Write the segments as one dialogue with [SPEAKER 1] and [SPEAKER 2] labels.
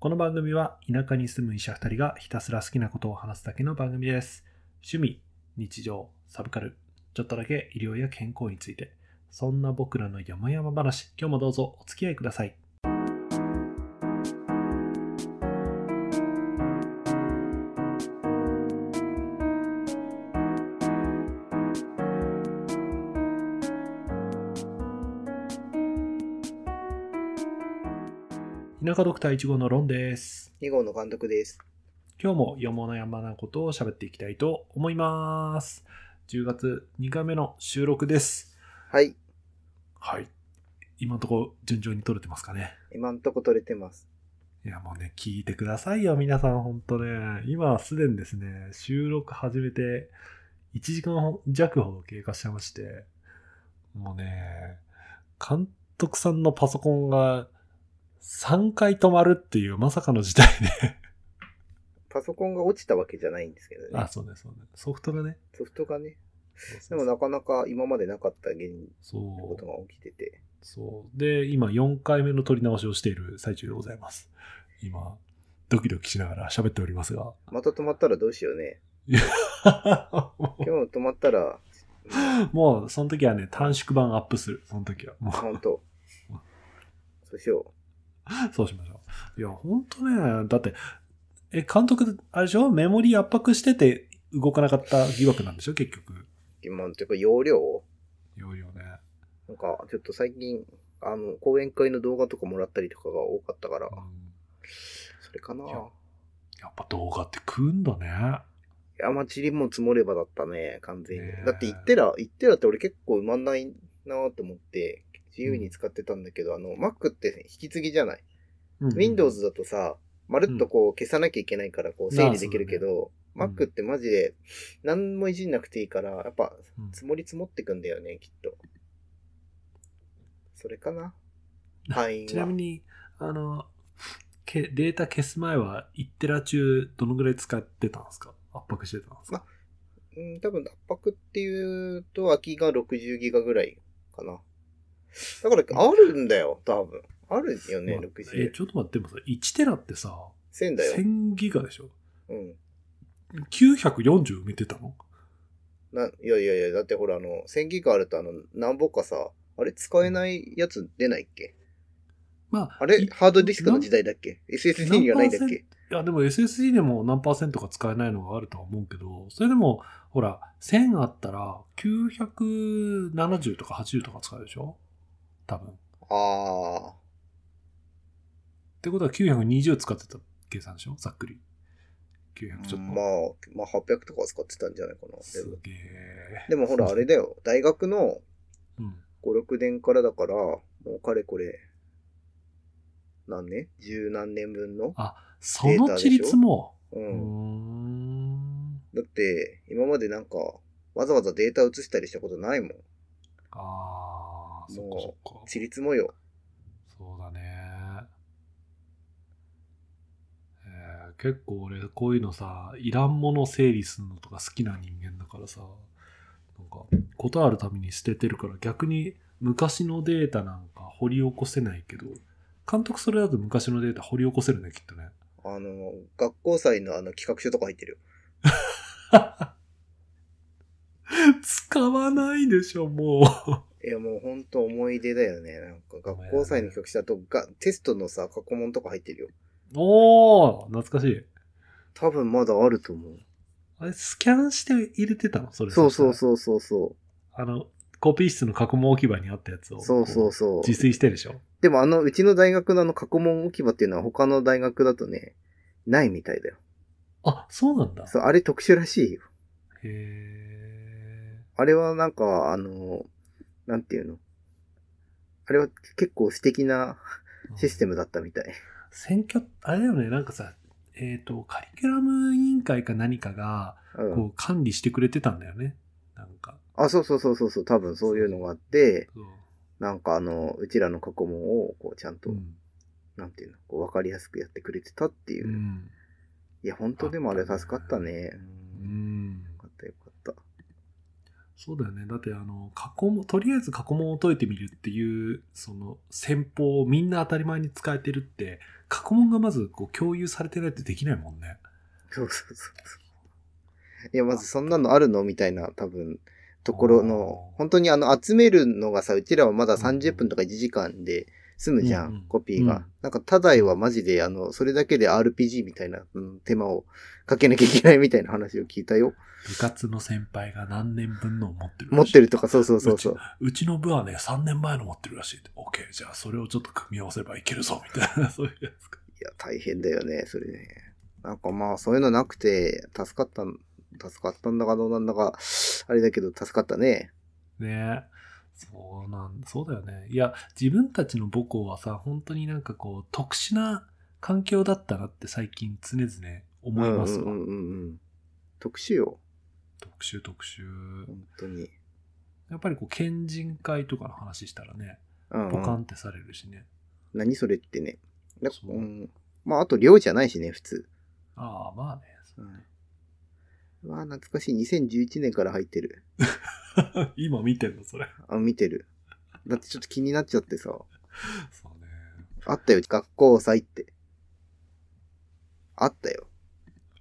[SPEAKER 1] この番組は田舎に住む医者2人がひたすら好きなことを話すだけの番組です。趣味、日常、サブカル、ちょっとだけ医療や健康について、そんな僕らの山々話、今日もどうぞお付き合いください。田舎ドクター1号のロンです。
[SPEAKER 2] 2号の監督です。
[SPEAKER 1] 今日もよものやまなことを喋っていきたいと思います。10月2回目の収録です。
[SPEAKER 2] はい。
[SPEAKER 1] はい。今のところ順調に撮れてますかね。
[SPEAKER 2] 今んとこ取れてます。
[SPEAKER 1] いやもうね、聞いてくださいよ、皆さん、ほんとね。今、すでにですね、収録始めて、1時間弱ほど経過してまして、もうね、監督さんのパソコンが3回止まるっていうまさかの事態 で。
[SPEAKER 2] パソコンが落ちたわけじゃないんですけどね
[SPEAKER 1] あ、。そうね、そうね。ソフトがね。
[SPEAKER 2] ソフトがね。
[SPEAKER 1] そう
[SPEAKER 2] で
[SPEAKER 1] そう
[SPEAKER 2] も
[SPEAKER 1] そう
[SPEAKER 2] なかなか今までなかった現
[SPEAKER 1] そ
[SPEAKER 2] こ
[SPEAKER 1] う
[SPEAKER 2] と。が起きてて。
[SPEAKER 1] そう。で、今4回目の撮り直しをしている最中でございます。今、ドキドキしながら喋っておりますが。
[SPEAKER 2] また止まったらどうしようね。今日止まったら、
[SPEAKER 1] もう、その時はね、短縮版アップする。その時は。 も
[SPEAKER 2] ほんと。そうしよ
[SPEAKER 1] う、そうしましょう。いや、ほんとね、だって、え、監督、あれでしょメモリー圧迫してて動かなかった疑惑なんでしょ結局。
[SPEAKER 2] う。今んとこ容量を
[SPEAKER 1] よいよね。
[SPEAKER 2] なんか、ちょっと最近、あの、講演会の動画とかもらったりとかが多かったから
[SPEAKER 1] う、ん
[SPEAKER 2] それかない
[SPEAKER 1] ややっぱ動画って食うんだね。
[SPEAKER 2] 山塵も積もればだったね、完全
[SPEAKER 1] ねえ
[SPEAKER 2] に。だって言ってら、言ってらって俺結構埋まんないなーと思って、自由に使ってたんだけど、あの、Mac って引き継ぎじゃない、
[SPEAKER 1] うん
[SPEAKER 2] ?Windows だとさ、まるっとこう消さなきゃいけないからこう整理できるけど、
[SPEAKER 1] ああそうだね
[SPEAKER 2] Mac ってマジで何もいじんなくていいから、やっぱ
[SPEAKER 1] うん
[SPEAKER 2] 積もり積もってくんだよね、きっと。それかな範 囲
[SPEAKER 1] ちな
[SPEAKER 2] は
[SPEAKER 1] み。に、あの、けデータ消す前は、イッテラ中、どのぐらい使ってたんですか圧迫してたんですか
[SPEAKER 2] うん、多分圧迫っていうと空きが60ギガぐらいかな。だからあるんだよ、多分。あるよね、
[SPEAKER 1] まあえ、
[SPEAKER 2] 60。
[SPEAKER 1] ちょっと待って、でもさ、1テラってさ、
[SPEAKER 2] 1000だよ。
[SPEAKER 1] 1000ギガでしょ
[SPEAKER 2] うん。
[SPEAKER 1] 940埋めてたの
[SPEAKER 2] な、いやいやいや、だってほら、あの、1000ギガあると、あの、なんぼかさ、あれ使えないやつ出ないっけ
[SPEAKER 1] まあ、
[SPEAKER 2] あれ
[SPEAKER 1] い
[SPEAKER 2] ハードディスクの時代だっけ ?SSD にはないんだっけ
[SPEAKER 1] いや、でも SSD でも何パーセントか使えないのがあるとは思うけど、それでも、ほら、1000あったら、970とか80とか使えるでしょ多分。っ
[SPEAKER 2] あ
[SPEAKER 1] てことは920使ってた計算でしょざっくり。900ち
[SPEAKER 2] ー。
[SPEAKER 1] ょっと。
[SPEAKER 2] まあ、まあ800とかは使ってたんじゃないかな。
[SPEAKER 1] す
[SPEAKER 2] でも
[SPEAKER 1] げえ。
[SPEAKER 2] でもほら、あれだよ。大学の
[SPEAKER 1] うん。
[SPEAKER 2] 5、6年からだから、もうかれこれ、何年十何年分の
[SPEAKER 1] その地率も。
[SPEAKER 2] う。
[SPEAKER 1] うんん。
[SPEAKER 2] だって、今までなんか、わざわざデータ移したりしたことないもん。
[SPEAKER 1] ああ、そっかそっか。
[SPEAKER 2] 地立もよ。
[SPEAKER 1] そうだね。えー結構俺、こういうのさ、いらんもの整理するのとか好きな人間だからさ、なんか、ことあるたびに捨ててるから、逆に昔のデータなんか掘り起こせないけど、監督それだと昔のデータ掘り起こせるね、きっとね。
[SPEAKER 2] あの、学校祭のあの企画書とか入ってるよ。
[SPEAKER 1] 使わないでしょ、も う。
[SPEAKER 2] いや、もうほんと思い出だよね。なんか、学校祭の企画書だと、がテストのさ、過去問とか入ってるよ。
[SPEAKER 1] おー、懐かしい。
[SPEAKER 2] 多分まだあると思う。
[SPEAKER 1] あれ、スキャンして入れてたのそれ。
[SPEAKER 2] そうそう
[SPEAKER 1] う。
[SPEAKER 2] そうそうそ
[SPEAKER 1] あの、コピー室の過去問置き場にあったやつを。
[SPEAKER 2] う。そうそうそう
[SPEAKER 1] こ。う自炊してるでしょ
[SPEAKER 2] でもあの、うちの大学のあの過去問置き場っていうのは他の大学だとね、ないみたいだよ。
[SPEAKER 1] あ、そうなんだ。
[SPEAKER 2] そう、あれ特殊らしいよ。
[SPEAKER 1] へえ。
[SPEAKER 2] あれはなんか、あの、なんていうのあれは結構素敵なシステ
[SPEAKER 1] ム。
[SPEAKER 2] ムだったみたい。
[SPEAKER 1] 選挙、あれだよね、なんかさ、えっ、と、カリキュラム委員会か何かが、
[SPEAKER 2] うん。
[SPEAKER 1] こう、管理してくれてたんだよね。なんか。
[SPEAKER 2] あ、そうそうそうそうそう、多分そういうのがあって、
[SPEAKER 1] そう
[SPEAKER 2] なんかあの、うちらの過去問を、こう、ちゃんと、
[SPEAKER 1] うん。
[SPEAKER 2] なんていうの、こう、わかりやすくやってくれてたっていうう。
[SPEAKER 1] ん。
[SPEAKER 2] いや、本当でもあれ助かったね。よ
[SPEAKER 1] うん。
[SPEAKER 2] かったよかっ
[SPEAKER 1] そうだよね。だって、あの、過去問、とりあえず過去問を解いてみるっていう、その、戦法をみんな当たり前に使えてるって、過去問がまずこう共有されてないってできないもんね。
[SPEAKER 2] そうそうそうそう。いや、まずそんなのあるのみたいな、多分、ところの
[SPEAKER 1] あー、
[SPEAKER 2] 本当にあの、集めるのがさ、うちらはまだ
[SPEAKER 1] うんうん
[SPEAKER 2] 30分とか1時間で済むじゃん、
[SPEAKER 1] うんうん
[SPEAKER 2] コピーが。
[SPEAKER 1] うん
[SPEAKER 2] なんか、ただいはマジで、あの、それだけで RPG みたいな、うん、手間をかけなきゃいけないみたいな話を聞いたよ。
[SPEAKER 1] 部活の先輩が何年分のを持ってる
[SPEAKER 2] 持
[SPEAKER 1] ら
[SPEAKER 2] っ
[SPEAKER 1] しい
[SPEAKER 2] てるとか、そうそうそうそう。
[SPEAKER 1] うちの部はね、3年前の持ってるらしいって。OK、じゃあそれをちょっと組み合わせばいけるぞ、みたいな、 そういうやつか。
[SPEAKER 2] いや、大変だよね、それね。なんかまあ、そういうのなくて、助かったん、助かったんだかどうなんだか、あれだけど、助かったね。
[SPEAKER 1] ねそうなんそうだよね。いや、自分たちの母校はさ、本当になんかこう、特殊な環境だったなって最近常々思いますわ。
[SPEAKER 2] うんうんうんうん。特殊よ、
[SPEAKER 1] 特集特集。
[SPEAKER 2] 本当に。
[SPEAKER 1] やっぱりこう、県人会とかの話したらね、
[SPEAKER 2] うん、
[SPEAKER 1] ポ
[SPEAKER 2] う
[SPEAKER 1] カ
[SPEAKER 2] ん。
[SPEAKER 1] ンってされるしね。
[SPEAKER 2] 何それってね。だ
[SPEAKER 1] そう
[SPEAKER 2] うん、まあ、あと量じゃないしね、普通。
[SPEAKER 1] ああ、まあね。
[SPEAKER 2] うん、うわあ、懐かしい。2011年から入ってる。
[SPEAKER 1] 今見てんの、それ。
[SPEAKER 2] あ、見てる。だってちょっと気になっちゃってさ。
[SPEAKER 1] そうね。
[SPEAKER 2] あったよ、学校祭って。あったよ。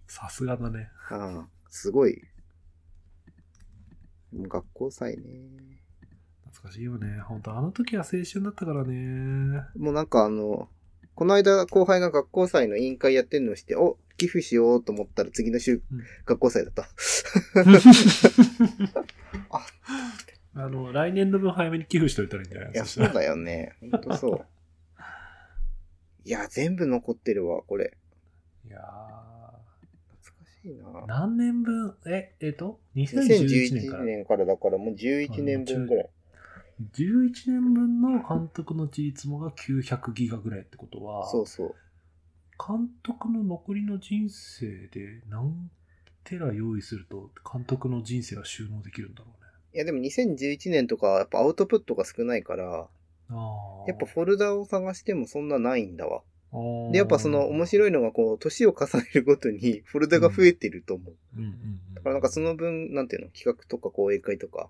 [SPEAKER 1] さすがだね。
[SPEAKER 2] ああ、すごい。もう学校祭ね。
[SPEAKER 1] 懐かしいよね。本当あの時は青春だったからね。
[SPEAKER 2] もうなんかあの、この間後輩が学校祭の委員会やってるのをして、お、寄付しようと思ったら次の週、
[SPEAKER 1] うん
[SPEAKER 2] 学校祭だった。あ
[SPEAKER 1] あの、来年度分早めに寄付しておいたらいいんじゃない
[SPEAKER 2] いや、
[SPEAKER 1] そ
[SPEAKER 2] そう
[SPEAKER 1] したら
[SPEAKER 2] だよね。ほんとそう。いや、全部残ってるわ、これ。
[SPEAKER 1] いや
[SPEAKER 2] 懐かしい
[SPEAKER 1] ー
[SPEAKER 2] な。
[SPEAKER 1] 何年分え、えっと、2011年か
[SPEAKER 2] 2011
[SPEAKER 1] ら。
[SPEAKER 2] 年からだからもう11年分ぐらい。
[SPEAKER 1] 11年分の監督のちいつもが900ギガぐらいってことは、
[SPEAKER 2] そうそう。
[SPEAKER 1] 監督の残りの人生で何テラ用意すると、監督の人生が収納できるんだろうね。
[SPEAKER 2] いや、でも2011年とかはやっぱアウトプットが少ないから、
[SPEAKER 1] あー
[SPEAKER 2] やっぱフォルダを探してもそんなないんだわ。
[SPEAKER 1] あー
[SPEAKER 2] で、やっぱその面白いのがこう、年を重ねるごとに フォルダが増えてると思う。
[SPEAKER 1] うんうんうん、だ
[SPEAKER 2] だからなんかその分、なんていうの、企画とか講演会とか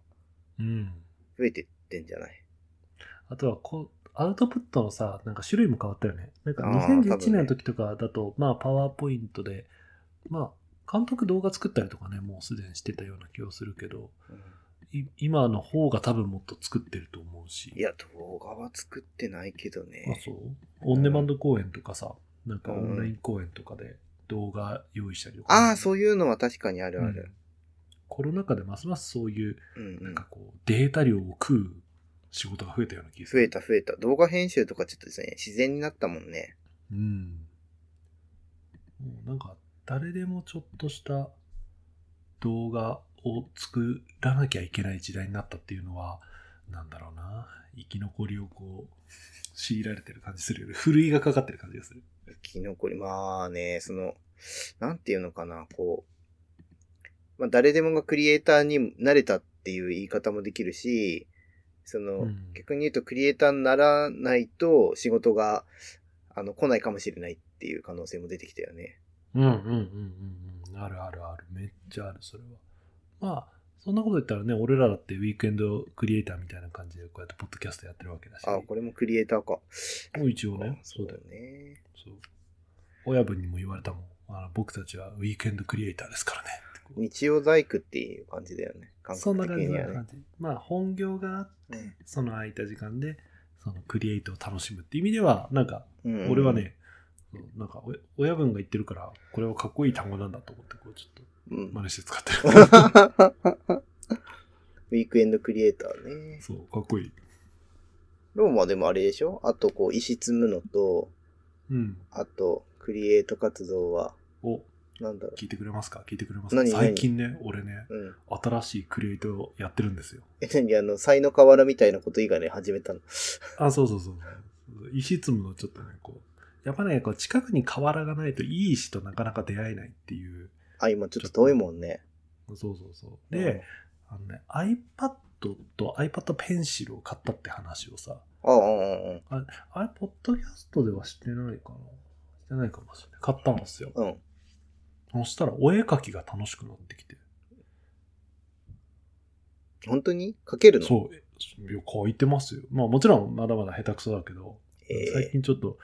[SPEAKER 1] うん。
[SPEAKER 2] 増えてってんじゃない
[SPEAKER 1] あとはこう、アウトプットのさ、なんか種類も変わったよね。なんか
[SPEAKER 2] あー多
[SPEAKER 1] 2011
[SPEAKER 2] 分
[SPEAKER 1] 年
[SPEAKER 2] ね
[SPEAKER 1] の時とかだと、まあパワーポイントで、まあ監督動画作ったりとかね、もうすでにしてたような気がするけど、
[SPEAKER 2] うん
[SPEAKER 1] い今の方が多分もっと作ってると思うし。
[SPEAKER 2] いや、動画は作ってないけど
[SPEAKER 1] あ
[SPEAKER 2] ね。
[SPEAKER 1] そうオンデマンド公演とかさ、なんかオンライン公演とかで動画用意したりとか、
[SPEAKER 2] ああ、
[SPEAKER 1] う
[SPEAKER 2] そういうのは確かにあるあ
[SPEAKER 1] ん
[SPEAKER 2] る。
[SPEAKER 1] コロナ禍でますますそういう、
[SPEAKER 2] うん、う
[SPEAKER 1] なん
[SPEAKER 2] ん
[SPEAKER 1] かこう、データ量を食う仕事が増えたような気がす
[SPEAKER 2] 増
[SPEAKER 1] る。
[SPEAKER 2] えた増えた。動画編集とかちょっとですね、自然になったもんね。
[SPEAKER 1] うん。もうなんか、誰でもちょっとした動画を作らなきゃいけない時代になったっていうのは、なんだろうな。生き残りをこう、強いられてる感じするよね。ふるいがかかってる感じがする。
[SPEAKER 2] 生き残り、まあね、その、なんていうのかな、こう、まあ誰でもがクリエイターになれたっていう言い方もできるし、その、
[SPEAKER 1] うん
[SPEAKER 2] 逆に言うとクリエイターにならないと仕事が、あの、来ないかもしれないっていう可能性も出てきたよね。
[SPEAKER 1] うんうんうんうんうん。あるあるある。めっちゃある、それは。まあ、そんなこと言ったらね、俺らだってウィークエンドクリエイターみたいな感じでこうやってポッドキャストやってるわけだし。
[SPEAKER 2] あ、これもクリエイターか。
[SPEAKER 1] もう一応ね、そうだよね
[SPEAKER 2] ね。
[SPEAKER 1] そう。親分にも言われたもん。あの僕たちはウィークエンドクリエイターですからね。
[SPEAKER 2] 日曜細工っていう感じだよね。感
[SPEAKER 1] そん
[SPEAKER 2] 覚
[SPEAKER 1] な感
[SPEAKER 2] 的
[SPEAKER 1] じ
[SPEAKER 2] に
[SPEAKER 1] な
[SPEAKER 2] はね
[SPEAKER 1] 感。じ。まあ本業があって
[SPEAKER 2] うん
[SPEAKER 1] その空いた時間で、そのクリエイトを楽しむっていう意味では、なんか、
[SPEAKER 2] うんうん
[SPEAKER 1] 俺はね、そうなんかお親分が言ってるから、これはかっこいい単語なんだと思って、こうちょっ
[SPEAKER 2] う
[SPEAKER 1] と
[SPEAKER 2] ん
[SPEAKER 1] 真似して使ってる。
[SPEAKER 2] ウィークエンドクリエイターね。
[SPEAKER 1] そう、かっこいい。
[SPEAKER 2] ローマでもあれでしょあとこう、石積むのと、
[SPEAKER 1] うん。
[SPEAKER 2] あと、クリエイト活動は、
[SPEAKER 1] お、
[SPEAKER 2] なんだろ
[SPEAKER 1] 聞いてくれますか聞いてくれますか
[SPEAKER 2] 何何
[SPEAKER 1] 最近ね、俺ね、
[SPEAKER 2] う。うん。
[SPEAKER 1] 新しいクリエイトをやってるんですよ。
[SPEAKER 2] え、何あの、才の河原みたいなこと以外ね、始めたの。
[SPEAKER 1] あ、そうそうそうそう。石積むのちょっとね、こう。やっぱね、こう近くに河原がないといい石となかなか出会えないっていう。
[SPEAKER 2] あ、今ちょっと遠いもんね。
[SPEAKER 1] そうそうそう。で、あのね、iPad と iPad ペンシルを買ったって話をさ、
[SPEAKER 2] うん、ああ、うん
[SPEAKER 1] あれ、ポッドキャストではしてないかなしてないかもしれない。買ったんですよ。
[SPEAKER 2] うん、うん。
[SPEAKER 1] そしたら、お絵描きが楽しくなってきて。
[SPEAKER 2] 本当に書けるの
[SPEAKER 1] そうえ。いや書いてますよ。まあもちろんまだまだ下手くそだけど、
[SPEAKER 2] え
[SPEAKER 1] 最
[SPEAKER 2] え
[SPEAKER 1] 近ちょっと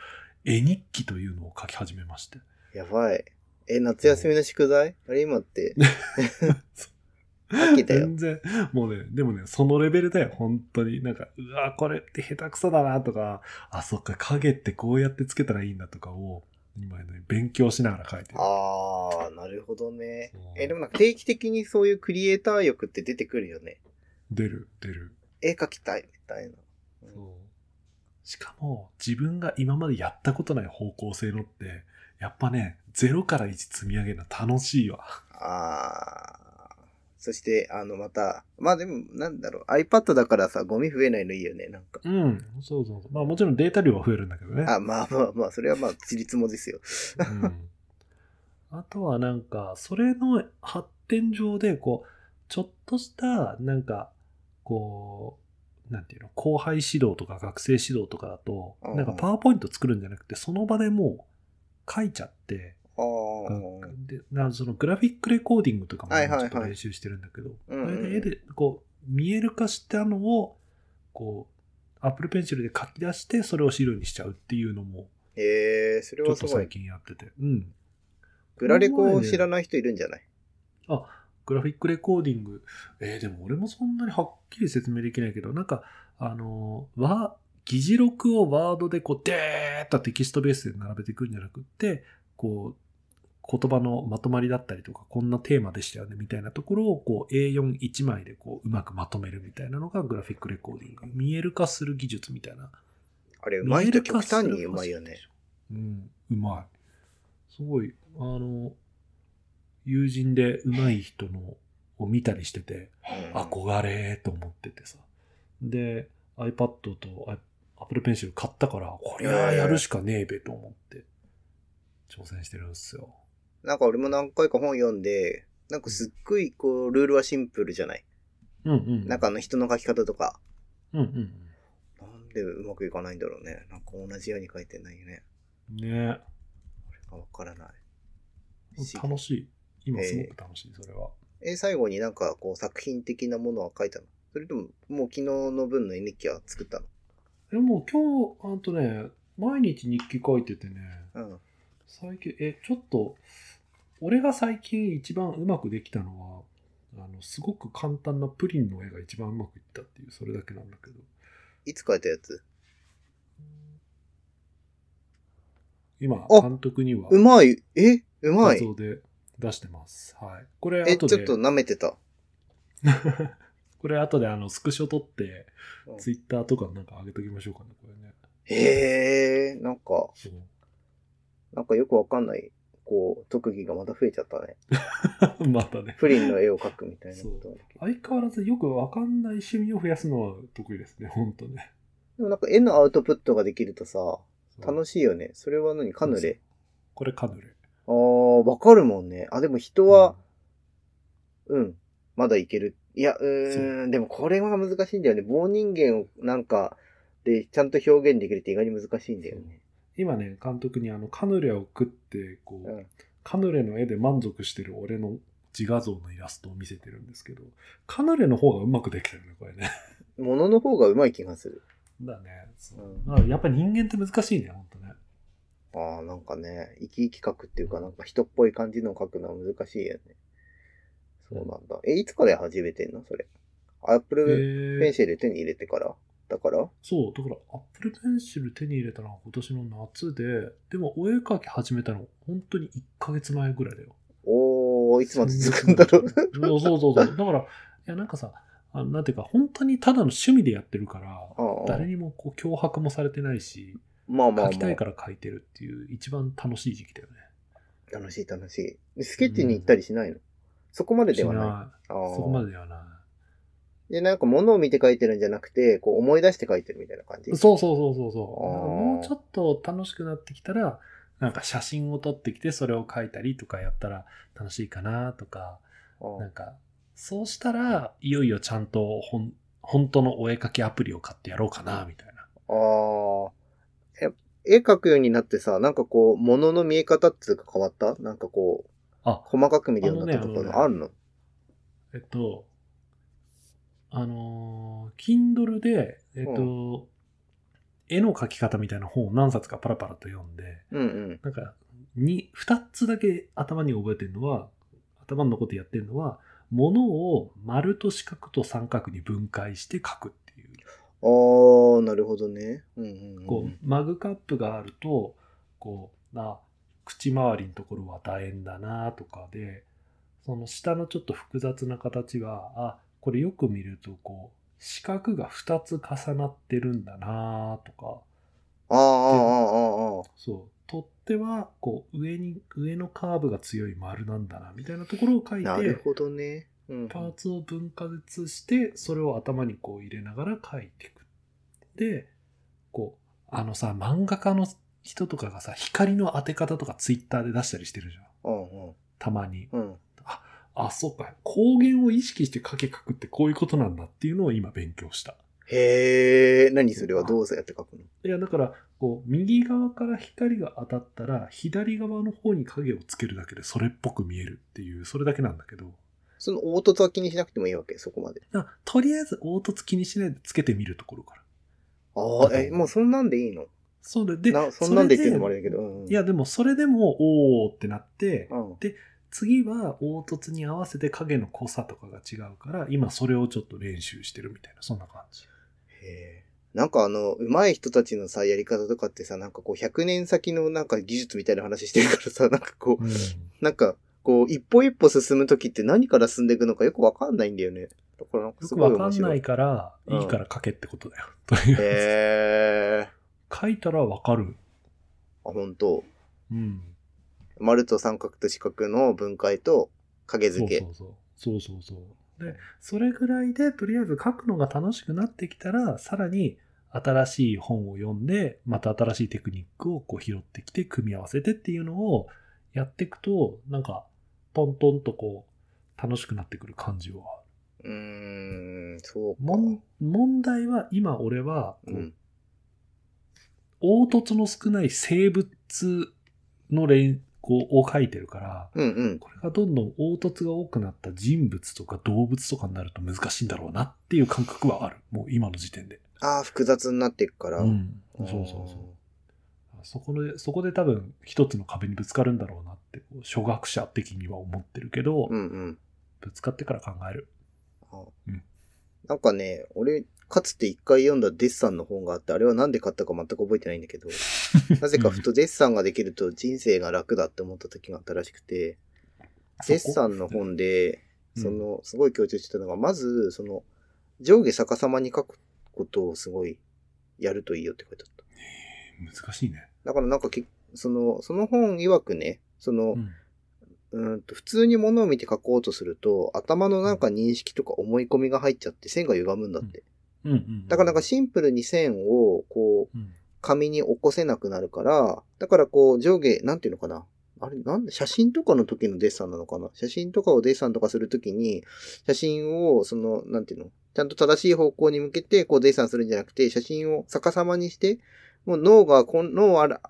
[SPEAKER 1] 絵日記というのを書き始めまして。
[SPEAKER 2] やばい。え、夏休みの宿題あれ今 って。秋だよ。
[SPEAKER 1] 全然、もうね、でもね、そのレベルだよ、本当に。なんか、うわ、これって下手くそだなとか、あ、そっか、影ってこうやってつけたらいいんだとかを、今ね、勉強しながら書いてる。
[SPEAKER 2] あー、なるほどね。え、で
[SPEAKER 1] も
[SPEAKER 2] もなんか定期的にそういうクリエイター欲って出てくるよね。
[SPEAKER 1] 出る、出る。
[SPEAKER 2] 絵描きたいみたいな。
[SPEAKER 1] そうしかも、自分が今までやったことない方向性のって、やっぱね、0から1積み上げるの楽しいわ。
[SPEAKER 2] あー。そして、あの、また、まあでも、なんだろう、iPad だからさ、ゴミ増えないのいいよね、なんか。
[SPEAKER 1] うん、そうそうそう。まあもちろんデータ量は増えるんだけどね。
[SPEAKER 2] あ、まあまあまあ、それはまあ、自立もですよ。
[SPEAKER 1] うんあとはなんか、それの発展上で、こう、ちょっとした、なんか、こう、なんていうの、後輩指導とか学生指導とかだと、
[SPEAKER 2] うんうん
[SPEAKER 1] なんかパワーポイント作るんじゃなくて、その場でもう書いちゃって、
[SPEAKER 2] あー。
[SPEAKER 1] でなんかそのグラフィックレコーディングとかも
[SPEAKER 2] はいは
[SPEAKER 1] 今ちょ
[SPEAKER 2] いはい
[SPEAKER 1] っと練習してるんだけど、
[SPEAKER 2] うんうんうん
[SPEAKER 1] それで絵で、こう、見える化したのを、こう、Apple Pencil で書き出して、それを資料にしちゃうっていうのも、
[SPEAKER 2] えー、それ
[SPEAKER 1] ちょ
[SPEAKER 2] は
[SPEAKER 1] っ
[SPEAKER 2] す
[SPEAKER 1] と
[SPEAKER 2] ご
[SPEAKER 1] 最
[SPEAKER 2] い。
[SPEAKER 1] 近やってて。うん。
[SPEAKER 2] グラレコを知らない人いるんじゃない
[SPEAKER 1] グラフィックレコーディング。えーでも俺もそんなにはっきり説明できないけど、なんか、あのー、わ、議事録をワードでこう、でーっとテキストベースで並べていくんじゃなくって、こう、言葉のまとまりだったりとか、こんなテーマでしたよね、みたいなところを、こう、A41 枚でこう、うまくまとめるみたいなのがグラフィックレコーディング。見える化する技術みたいな。
[SPEAKER 2] あれ、う
[SPEAKER 1] マ
[SPEAKER 2] ま
[SPEAKER 1] イ
[SPEAKER 2] い
[SPEAKER 1] ル
[SPEAKER 2] と極端にうまいよね。。
[SPEAKER 1] うん、うまい。すごい、あの、友人でうまい人のを見たりしてて、
[SPEAKER 2] うん
[SPEAKER 1] 憧れと思っててさ。で、iPad と Apple Pencil 買ったから、こりゃやるしかねえべと思って、挑戦してるんですよ。
[SPEAKER 2] なんか俺も何回か本読んで、なんかすっごいこう、ルールはシンプルじゃない
[SPEAKER 1] うんうん。
[SPEAKER 2] なんかあの人の書き方とか、
[SPEAKER 1] うんうん
[SPEAKER 2] なんでうまくいかないんだろうね。なんか同じように書いてないよね。
[SPEAKER 1] うん。ね
[SPEAKER 2] わからない。
[SPEAKER 1] 楽しい。今すごく楽しい、それは。
[SPEAKER 2] え、最後になんかこう作品的なものは書いたのそれとも、もう昨日の分の絵日記は作ったの
[SPEAKER 1] でも今日、あとね、毎日日記書いててね、
[SPEAKER 2] うん。
[SPEAKER 1] 最近えちょっと俺が最近一番うまくできたのはあのすごく簡単なプリンの絵が一番うまくいったっていうそれだけなんだけど
[SPEAKER 2] いつ書いたやつ
[SPEAKER 1] 今
[SPEAKER 2] あ
[SPEAKER 1] 監督には
[SPEAKER 2] うまいえうま
[SPEAKER 1] 画
[SPEAKER 2] い
[SPEAKER 1] 像で出してますはいこれ
[SPEAKER 2] え、
[SPEAKER 1] 後
[SPEAKER 2] ちょっ
[SPEAKER 1] で
[SPEAKER 2] と舐めてた。
[SPEAKER 1] これ後であのスクショ撮って
[SPEAKER 2] うん
[SPEAKER 1] ツイッターとかなんか上げときましょうかねこれね
[SPEAKER 2] へえ、なんか、
[SPEAKER 1] そう
[SPEAKER 2] なんかよくわかんない、こう、特技がまた増えちゃったね。
[SPEAKER 1] またね
[SPEAKER 2] プリンの絵を描くみたいなこ とができる。
[SPEAKER 1] 相変わらずよくわかんない趣味を増やすのは得意ですねほんとね
[SPEAKER 2] でもなんか絵のアウトプットができるとさ、
[SPEAKER 1] し
[SPEAKER 2] 楽しいよね。それは何カヌレ
[SPEAKER 1] これカヌレ
[SPEAKER 2] あー、わかるもんね。あ、でも人は、うん、まだいける。いや、うーん、でもこれは難しいんだよね。棒人間をなんか、で、ちゃんと表現できるって意外に難しいんだよね。
[SPEAKER 1] 今ね監督にあのカヌレを食ってこう、
[SPEAKER 2] うん
[SPEAKER 1] カヌレの絵で満足してる俺の自画像のイラストを見せてるんですけどカヌレの方がうまくできてるねこれ ね
[SPEAKER 2] ものの方がうまい気がする。
[SPEAKER 1] だねそう
[SPEAKER 2] うん
[SPEAKER 1] まあやっぱ人間って難しいねほんとね
[SPEAKER 2] ああ、なんかね、生き生き描くっていうか、なんか人っぽい感じのを描くのは難しいよね。そうなんだ。え、いつから始めてんのそれ。アップルペ
[SPEAKER 1] へ
[SPEAKER 2] ン
[SPEAKER 1] え
[SPEAKER 2] シル手に入れてからだから
[SPEAKER 1] そうだからアップルペンシル手に入れたのは今年の夏ででもお絵描き始めたの本当に1ヶ月前ぐらいだよ
[SPEAKER 2] おー、いつまで続くんだろう。
[SPEAKER 1] そうそうそうそうだからいやなんかさあのなんていうか本当にただの趣味でやってるから
[SPEAKER 2] ああ
[SPEAKER 1] 誰にもこう脅迫もされてないし
[SPEAKER 2] まあまあ
[SPEAKER 1] 書き
[SPEAKER 2] ま
[SPEAKER 1] たい
[SPEAKER 2] あ。
[SPEAKER 1] から書いてるっていう一番楽しい時期だよね。
[SPEAKER 2] 楽しい楽しい。スケッチに行ったりしないの、そこまでではない。
[SPEAKER 1] しない
[SPEAKER 2] あー
[SPEAKER 1] そこまでではな
[SPEAKER 2] で、なんか物を見て書いてるんじゃなくて、こう思い出して書いてるみたいな感じ。
[SPEAKER 1] い。そうそうそうそうそう。
[SPEAKER 2] あー
[SPEAKER 1] だからもうちょっと楽しくなってきたら、なんか写真を撮ってきてそれを書いたりとかやったら楽しいかなとか、
[SPEAKER 2] あ
[SPEAKER 1] なんかそうしたらいよいよちゃんと本本当のお絵かきアプリを買ってやろうかなみたいな。
[SPEAKER 2] あー。え、絵描くようになってさ、なんかこう、物の見え方っていうか変わったなんかこう、
[SPEAKER 1] あ、
[SPEAKER 2] 細かく見るようになったと
[SPEAKER 1] あ
[SPEAKER 2] こ
[SPEAKER 1] のね
[SPEAKER 2] ろあるの
[SPEAKER 1] えっと、あのー Kindle で、えっと、絵の描き方みたいな本を何冊かパラパラと読んで、
[SPEAKER 2] うんうん。
[SPEAKER 1] なんか、に、二つだけ頭に覚えてるのは、頭に残ってやってるのは、物を丸と四角と三角に分解して書くっていう。
[SPEAKER 2] あー、なるほどね。うんうんうん。
[SPEAKER 1] こう、マグカップがあると、こう、な、口周りのところは楕円だなとかで、その下のちょっと複雑な形は、あ、これよく見ると、こう、四角が二つ重なってるんだなとか、
[SPEAKER 2] あーあーあーあーあー。
[SPEAKER 1] そう取っ手はこう上に上のカーブが強い丸なんだなみたいなところを書い
[SPEAKER 2] なる
[SPEAKER 1] て
[SPEAKER 2] ほどね。うん。
[SPEAKER 1] パーツを分割してそれを頭にこう入れながら書いていくでこうあのさ漫画家の人とかがさ光の当て方とかツイッターで出したりしてるじゃん
[SPEAKER 2] うんうん
[SPEAKER 1] たまに
[SPEAKER 2] うん。
[SPEAKER 1] あそうか光源を意識して書け書くってこういうことなんだっていうのを今勉強した
[SPEAKER 2] へえ、何それはどうやって書くの
[SPEAKER 1] いやだからこう右側から光が当たったら左側の方に影をつけるだけでそれっぽく見えるっていうそれだけなんだけど
[SPEAKER 2] その凹凸は気にしなくてもいいわけ、そこまで。
[SPEAKER 1] だからとりあえず凹凸気にしないでつけてみるところから
[SPEAKER 2] ああ、え、もうそんなんでいいの
[SPEAKER 1] そうで
[SPEAKER 2] な
[SPEAKER 1] で
[SPEAKER 2] そんなんでって
[SPEAKER 1] そ
[SPEAKER 2] い
[SPEAKER 1] れ
[SPEAKER 2] うのもあれだけど。うんうん、
[SPEAKER 1] いや、でもそれでもおーってなって
[SPEAKER 2] うん、
[SPEAKER 1] 次は凹凸に合わせて影の濃さとかが違うから今それをちょっと練習してるみたいなそんな感じ
[SPEAKER 2] へーなんかあの、上手い人たちのさ、やり方とかってさ、なんかこう、100年先のなんか技術みたいな話してるからさ、なん かこう、なんか、こう、一歩一歩進むときって何から進んでいくのかよくわかんないんだよね。だからなんか
[SPEAKER 1] よ
[SPEAKER 2] す
[SPEAKER 1] く
[SPEAKER 2] ごい
[SPEAKER 1] わか
[SPEAKER 2] 面
[SPEAKER 1] んな
[SPEAKER 2] 白い。
[SPEAKER 1] いから
[SPEAKER 2] うん
[SPEAKER 1] いいから書けってことだよとりあえず
[SPEAKER 2] へえ。
[SPEAKER 1] 書いたらわかる
[SPEAKER 2] あ、本当
[SPEAKER 1] うん
[SPEAKER 2] 丸と三角と四角の分解と影付け。
[SPEAKER 1] そうそうそうそうそうそうでそれぐらいでとりあえず書くのが楽しくなってきたらさらに新しい本を読んでまた新しいテクニックをこう拾ってきて組み合わせてっていうのをやっていくとなんかトントンとこう楽しくなってくる感じは
[SPEAKER 2] うーん、そうか。
[SPEAKER 1] もん問題は今俺はこ
[SPEAKER 2] う。
[SPEAKER 1] うん凹凸の少ない生物の連こうを書いてるから
[SPEAKER 2] うんうん。
[SPEAKER 1] これがどんどん凹凸が多くなった人物とか動物とかになると難しいんだろうなっていう感覚はある。もう今の時点で。
[SPEAKER 2] ああ、複雑になっていくから。
[SPEAKER 1] うん。そうそうそう。そこで、そこで多分一つの壁にぶつかるんだろうなって、こう初学者的には思ってるけど、
[SPEAKER 2] うんうん。
[SPEAKER 1] ぶつかってから考える。
[SPEAKER 2] あ
[SPEAKER 1] うん
[SPEAKER 2] なんかね、俺、かつて一回読んだデッサンの本があって、あれはなんで買ったか全く覚えてないんだけ ど、なぜかふとデッサンができると人生が楽だって思った時があったらし くて、デッサンの本で、
[SPEAKER 1] うん
[SPEAKER 2] その、すごい強調してたのが、まず、その、上下逆さまに書くことをすごいやるといいよって書いてあった。
[SPEAKER 1] 難しいね。
[SPEAKER 2] だからなんかけ、その、その本曰くね、その、
[SPEAKER 1] うん。
[SPEAKER 2] うんと普通に物を見て書こうとすると、頭の中認識とか思い込みが入っちゃって線が歪むんだって。
[SPEAKER 1] うんうん。
[SPEAKER 2] だからなんかシンプルに線をこう、
[SPEAKER 1] うん。
[SPEAKER 2] 紙に起こせなくなるから、だからこう上下、なんていうのかな。あれ、なんで、写真とかの時のデッサンなのかな写真とかをデッサンとかするときに、写真を、その、なんていうのちゃんと正しい方向に向けて、こうデッサンするんじゃなくて、写真を逆さまにして、もう脳がこん、脳をあら、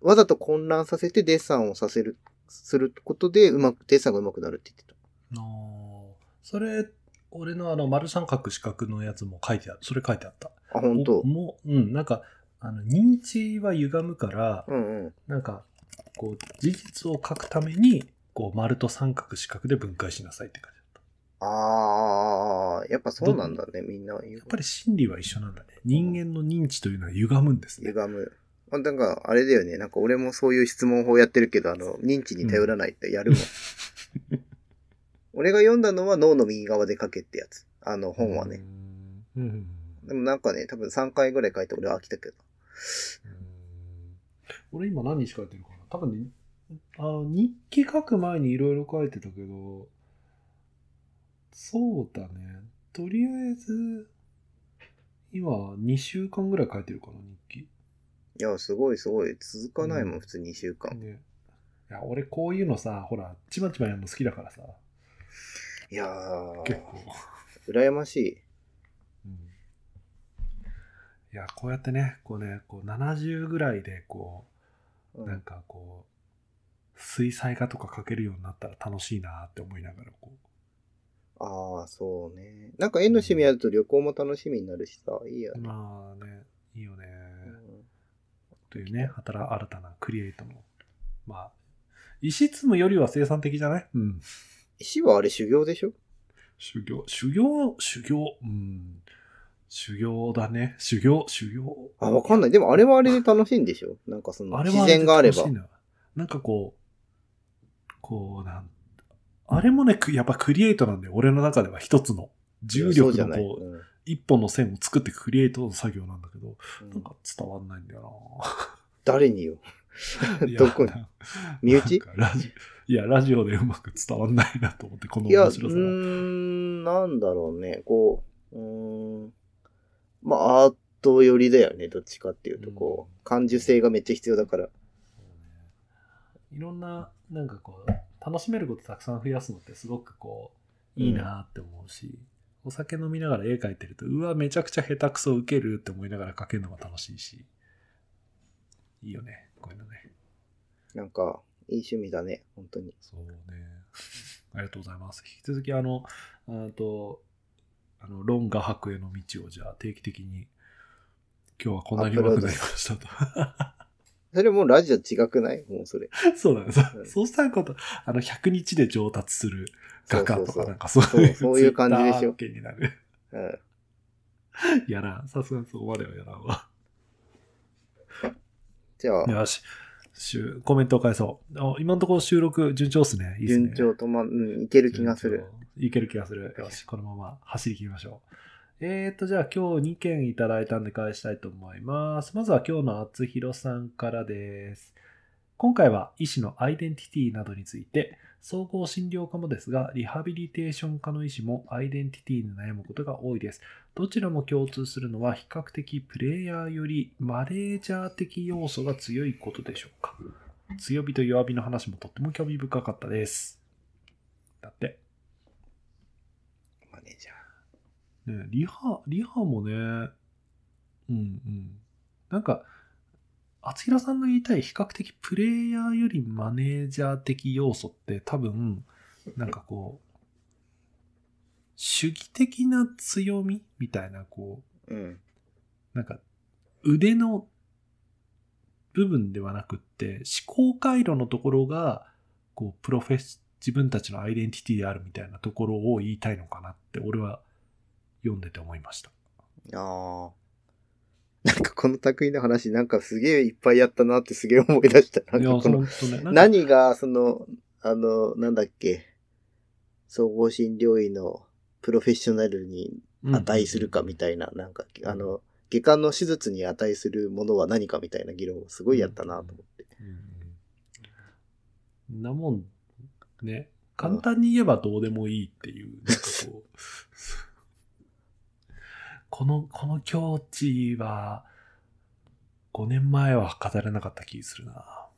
[SPEAKER 2] わざと混乱させてデッサンをさせる、することで、うまく、デッサンがうまくなるって言ってた。
[SPEAKER 1] あのーそれ、俺のあの、丸三角四角のやつも書いてあそれ書いてあった。
[SPEAKER 2] あ、本当
[SPEAKER 1] おもう、うん、なんか、あの認知は歪むから、
[SPEAKER 2] うんうん。
[SPEAKER 1] なんか、こう、事実を書くために、こう、丸と三角四角で分解しなさいって感じだった。
[SPEAKER 2] あー、やっぱそうなんだね、みんな。や
[SPEAKER 1] やっぱり心理は一緒なんだね。人間の認知というのは歪むんですね。
[SPEAKER 2] 歪む。まあ、なんか、あれだよね。なんか俺もそういう質問法やってるけど、あの、認知に頼らないってやるもん。俺が読んだのは脳の右側で書けってやつ。あの本はね。
[SPEAKER 1] うん。うん。
[SPEAKER 2] でもなんかね、多分3回ぐらい書いて俺は飽きたけど。
[SPEAKER 1] うん俺今何日書いてるかな多分ね、あの、日記書く前にいろいろ書いてたけど、そうだね。とりあえず、今、2週間ぐらい書いてるかな、日記。
[SPEAKER 2] いや、すごいすごい。続かないも、
[SPEAKER 1] うんん
[SPEAKER 2] 普通2週間。
[SPEAKER 1] ね、いや俺こういうのさほらちまちまやるの好きだからさ
[SPEAKER 2] いやー
[SPEAKER 1] 結、構、
[SPEAKER 2] 羨ましい。
[SPEAKER 1] うん、いやこうやってねこうねこう70ぐらいでこ
[SPEAKER 2] う
[SPEAKER 1] うなん
[SPEAKER 2] ん、
[SPEAKER 1] かこう水彩画とか描けるようになったら楽しいなって思いながらこ
[SPEAKER 2] ああ、そうね。なんか絵の趣味やると旅行も楽しみになるしさ、いいよ
[SPEAKER 1] う
[SPEAKER 2] ね。
[SPEAKER 1] まあねいいよね
[SPEAKER 2] うん
[SPEAKER 1] というね、働新たなクリエイトも。まあ、石積むよりは生産的じゃないうん。
[SPEAKER 2] 石はあれ修行でしょ
[SPEAKER 1] 修行、修行、修行、うん。修行だね。修行、修行。
[SPEAKER 2] あ、わかんない。でもあれはあれで楽しいんでしょなんかその、
[SPEAKER 1] あれは
[SPEAKER 2] 自然があれば
[SPEAKER 1] 楽しい。のよなんかこう、こうなん、あれもね、くやっぱクリエイトなんで、俺の中では一つの、重
[SPEAKER 2] そう
[SPEAKER 1] 力
[SPEAKER 2] じゃ
[SPEAKER 1] の
[SPEAKER 2] ない。
[SPEAKER 1] こう、
[SPEAKER 2] うんうん
[SPEAKER 1] 一本の線を作ってくクリエイトの作業なんだけど、なんか伝わんないんだよ
[SPEAKER 2] 誰によ。
[SPEAKER 1] な。いや
[SPEAKER 2] どこに
[SPEAKER 1] なんか
[SPEAKER 2] 身 内
[SPEAKER 1] なんかラジいや、ラジオでうまく伝わんないなと思って、この
[SPEAKER 2] いや、う
[SPEAKER 1] 面白さが。
[SPEAKER 2] ーん、なんだろうね。こう、うーん。まあ、アート寄りだよね。どっちかっていうと、こう、感受性がめっちゃ必要だから。
[SPEAKER 1] いろんな、なんかこう、楽しめることたくさん増やすのってすごくこう、いいなって思うし、お酒飲みながら絵描いてると、うわ、めちゃくちゃ下手くそウケるって思いながら描けるのが楽しいし、いいよね、こういうのね。
[SPEAKER 2] なんか、いい趣味だね。本当に。
[SPEAKER 1] そうね。ありがとうございます。引き続き、あの、あと、あの、論画博への道をじゃあ定期的に、今日はこんなに上手くなりましたと。
[SPEAKER 2] それもうラジオ違くないもうそれ。
[SPEAKER 1] そうだね。
[SPEAKER 2] うん
[SPEAKER 1] そうしたらこと、あの、100日で上達する 画家と
[SPEAKER 2] そうそう
[SPEAKER 1] か
[SPEAKER 2] そ
[SPEAKER 1] な
[SPEAKER 2] うん
[SPEAKER 1] かそういう。
[SPEAKER 2] そうそういう感じでし
[SPEAKER 1] Twitter
[SPEAKER 2] ょ
[SPEAKER 1] 系になる。
[SPEAKER 2] うん。
[SPEAKER 1] やらん。さすがにそこまではやらんわ。
[SPEAKER 2] じゃあ、
[SPEAKER 1] よし。しゅコメントを返そう。あ今のところ収録順調っすね。いいっすね。
[SPEAKER 2] 順調とま、うん、いける気がする。
[SPEAKER 1] いける気がする。よし、このまま走り切りましょう。えー、っと、じゃあ今日2件いただいたんで返したいと思います。まずは今日の厚弘さんからです。今回は医師のアイデンティティなどについて、総合診療科もですが、リハビリテーション科の医師もアイデンティティに悩むことが多いです。どちらも共通するのは、比較的プレイヤーよりマネージャー的要素が強いことでしょうか。強火と弱火の話もとっても興味深かったです。だって。
[SPEAKER 2] マネージャー。
[SPEAKER 1] ね、リハ、リハもね、うんうん。なんか、厚平さんの言いたい比較的プレイヤーよりマネージャー的要素って多分、なんかこう、主義的な強みみたいな、こ
[SPEAKER 2] うん。
[SPEAKER 1] う、なんか腕の部分ではなくって、思考回路のところが、こう、プロフェッシ自分たちのアイデンティティであるみたいなところを言いたいのかなって、俺は読んでて思いました。
[SPEAKER 2] ああ。なんかこの類の話、なんかすげえいっぱいやったなってすげえ思い出した。なん
[SPEAKER 1] いや、
[SPEAKER 2] かこの
[SPEAKER 1] 本当ね。なんか
[SPEAKER 2] 何が、その、あの、なんだっけ、総合診療医のプロフェッショナルに値するかみ
[SPEAKER 1] い
[SPEAKER 2] たいな、なんか、
[SPEAKER 1] ん
[SPEAKER 2] あの、外科の手術に値するものは何かみたいな議論をすごいやったなと思って。
[SPEAKER 1] な。うんうんなもん、ね。簡単に言えばどうでもいいっていう、なんか こう。この、この境地は、5年前は語れなかった気するな。